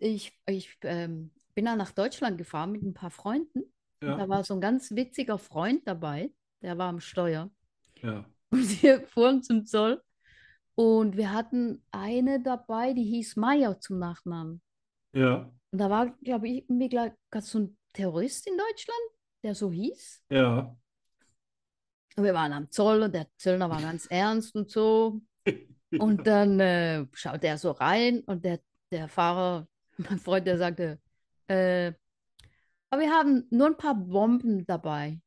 Speaker 2: ich, ich ähm, bin dann nach Deutschland gefahren mit ein paar Freunden.
Speaker 4: Ja,
Speaker 2: Da war so ein ganz witziger Freund dabei, der war am Steuer.
Speaker 4: ja.
Speaker 2: Und wir fuhren zum Zoll. Und wir hatten eine dabei, die hieß Meier zum Nachnamen.
Speaker 4: Ja,
Speaker 2: Und da war, glaube ich, irgendwie gleich ganz so ein Terrorist in Deutschland, der so hieß.
Speaker 4: ja.
Speaker 2: Und wir waren am Zoll und der Zöllner war ganz ernst und so. Und dann äh, schaut er so rein und der, der Fahrer, mein Freund, der sagte, äh, aber wir haben nur ein paar Bomben dabei.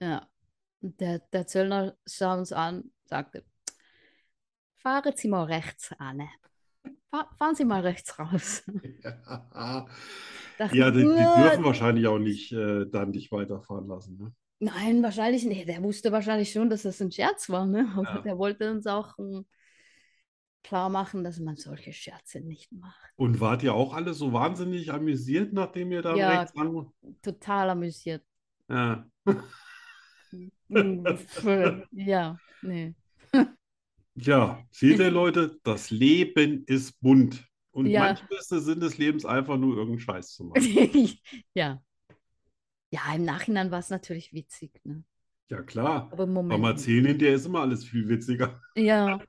Speaker 2: Ja. Und der, der Zöllner sah uns an, sagte, fahren Sie mal rechts, Anne. Fa fahren Sie mal rechts raus.
Speaker 4: Ja,
Speaker 2: Dachte,
Speaker 4: ja die, die
Speaker 2: "Uah,
Speaker 4: dürfen wahrscheinlich auch nicht äh, dann dich weiterfahren lassen. Ne?
Speaker 2: Nein, wahrscheinlich nicht. Der wusste wahrscheinlich schon, dass das ein Scherz war, ne? Aber
Speaker 4: Ja.
Speaker 2: der wollte uns auch ähm, klar machen, dass man solche Scherze nicht macht.
Speaker 4: Und wart ihr auch alle so wahnsinnig amüsiert, nachdem ihr da
Speaker 2: Ja.
Speaker 4: rechts an...
Speaker 2: Total amüsiert.
Speaker 4: Ja.
Speaker 2: Mm, pf, Ja, nee.
Speaker 4: Ja, seht ihr, Leute, das Leben ist bunt. Und
Speaker 2: Ja.
Speaker 4: manchmal ist der Sinn des Lebens einfach nur irgendeinen Scheiß zu machen.
Speaker 2: Ja. Ja, im Nachhinein war es natürlich witzig, ne?
Speaker 4: Ja, klar.
Speaker 2: Aber im
Speaker 4: Beim
Speaker 2: Moment.
Speaker 4: Erzählen hinterher ist immer alles viel witziger.
Speaker 2: Ja.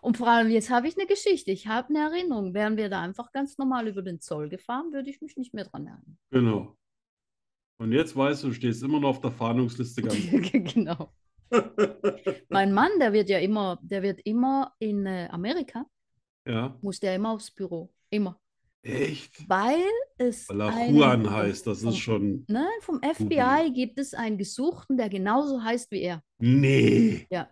Speaker 2: Und vor allem, jetzt habe ich eine Geschichte, ich habe eine Erinnerung. Wären wir da einfach ganz normal über den Zoll gefahren, würde ich mich nicht mehr dran erinnern.
Speaker 4: Genau. Und jetzt weißt du, du stehst immer noch auf der Fahndungsliste ganz
Speaker 2: Genau. Mein Mann, der wird ja immer, der wird immer in äh, Amerika,
Speaker 4: Ja,
Speaker 2: muss der immer aufs Büro. Immer.
Speaker 4: echt?
Speaker 2: Weil es
Speaker 4: Weil er
Speaker 2: einen-
Speaker 4: Juan heißt, das
Speaker 2: vom,
Speaker 4: ist schon.
Speaker 2: Nein, vom FBI gibt es einen Gesuchten, der genauso heißt wie er.
Speaker 4: Nee.
Speaker 2: Ja.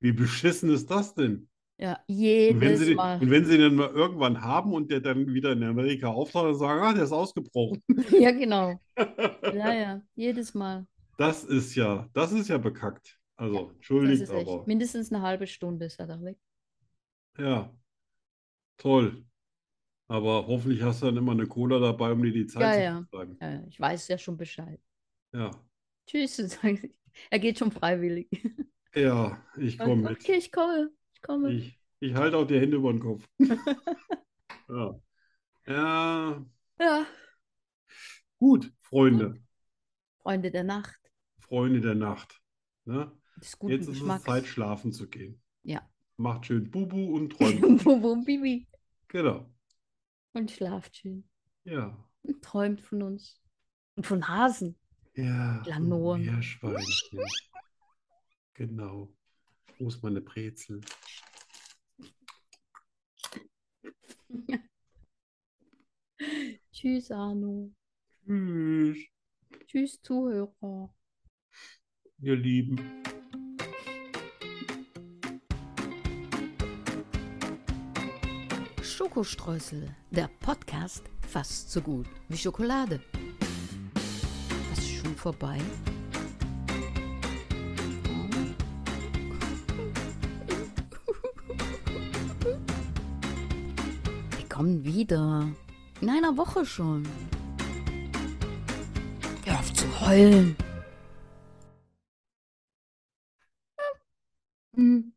Speaker 4: Wie beschissen ist das denn?
Speaker 2: Ja,
Speaker 4: Und wenn
Speaker 2: jedes
Speaker 4: sie den,
Speaker 2: Mal.
Speaker 4: und wenn sie den mal irgendwann haben und der dann wieder in Amerika auftaucht und sagen, ah, der ist ausgebrochen.
Speaker 2: Ja, genau. Ja, ja, jedes Mal.
Speaker 4: Das ist ja, das ist ja bekackt. Also,
Speaker 2: Das
Speaker 4: entschuldigt,
Speaker 2: ist echt.
Speaker 4: aber
Speaker 2: Mindestens eine halbe Stunde ist er da weg.
Speaker 4: ja, toll. Aber hoffentlich hast du dann immer eine Cola dabei, um dir die Zeit
Speaker 2: Ja,
Speaker 4: zu
Speaker 2: ja.
Speaker 4: vertreiben.
Speaker 2: Ja, ja, ich weiß ja schon Bescheid.
Speaker 4: Ja,
Speaker 2: Tschüss, sage ich. Er geht schon freiwillig.
Speaker 4: ja, ich komme mit.
Speaker 2: Okay, ich komme. Ich komme.
Speaker 4: Ich, ich halte auch die Hände über den Kopf. Ja. Ja,
Speaker 2: Ja,
Speaker 4: gut, Freunde,
Speaker 2: Freunde der Nacht.
Speaker 4: Freunde der Nacht. Ne?
Speaker 2: Des guten
Speaker 4: Jetzt ist es
Speaker 2: Geschmacks.
Speaker 4: Zeit, schlafen zu gehen.
Speaker 2: Ja.
Speaker 4: Macht schön Bubu und träumt.
Speaker 2: Bum, bum, bibi.
Speaker 4: Genau.
Speaker 2: Und schlaft schön.
Speaker 4: Ja.
Speaker 2: Und träumt von uns. Und von Hasen.
Speaker 4: Ja.
Speaker 2: Lange Ohren.
Speaker 4: Meerschweinchen. Genau. Wo ist meine Brezel?
Speaker 6: Tschüss, Arno.
Speaker 4: Tschüss,
Speaker 6: Tschüss, Zuhörer.
Speaker 4: ihr Lieben.
Speaker 2: Schokostreusel, der Podcast fast so gut wie Schokolade. Was ist schon vorbei? Wir kommen wieder. In einer Woche schon. Hör auf zu heulen.
Speaker 6: Hm.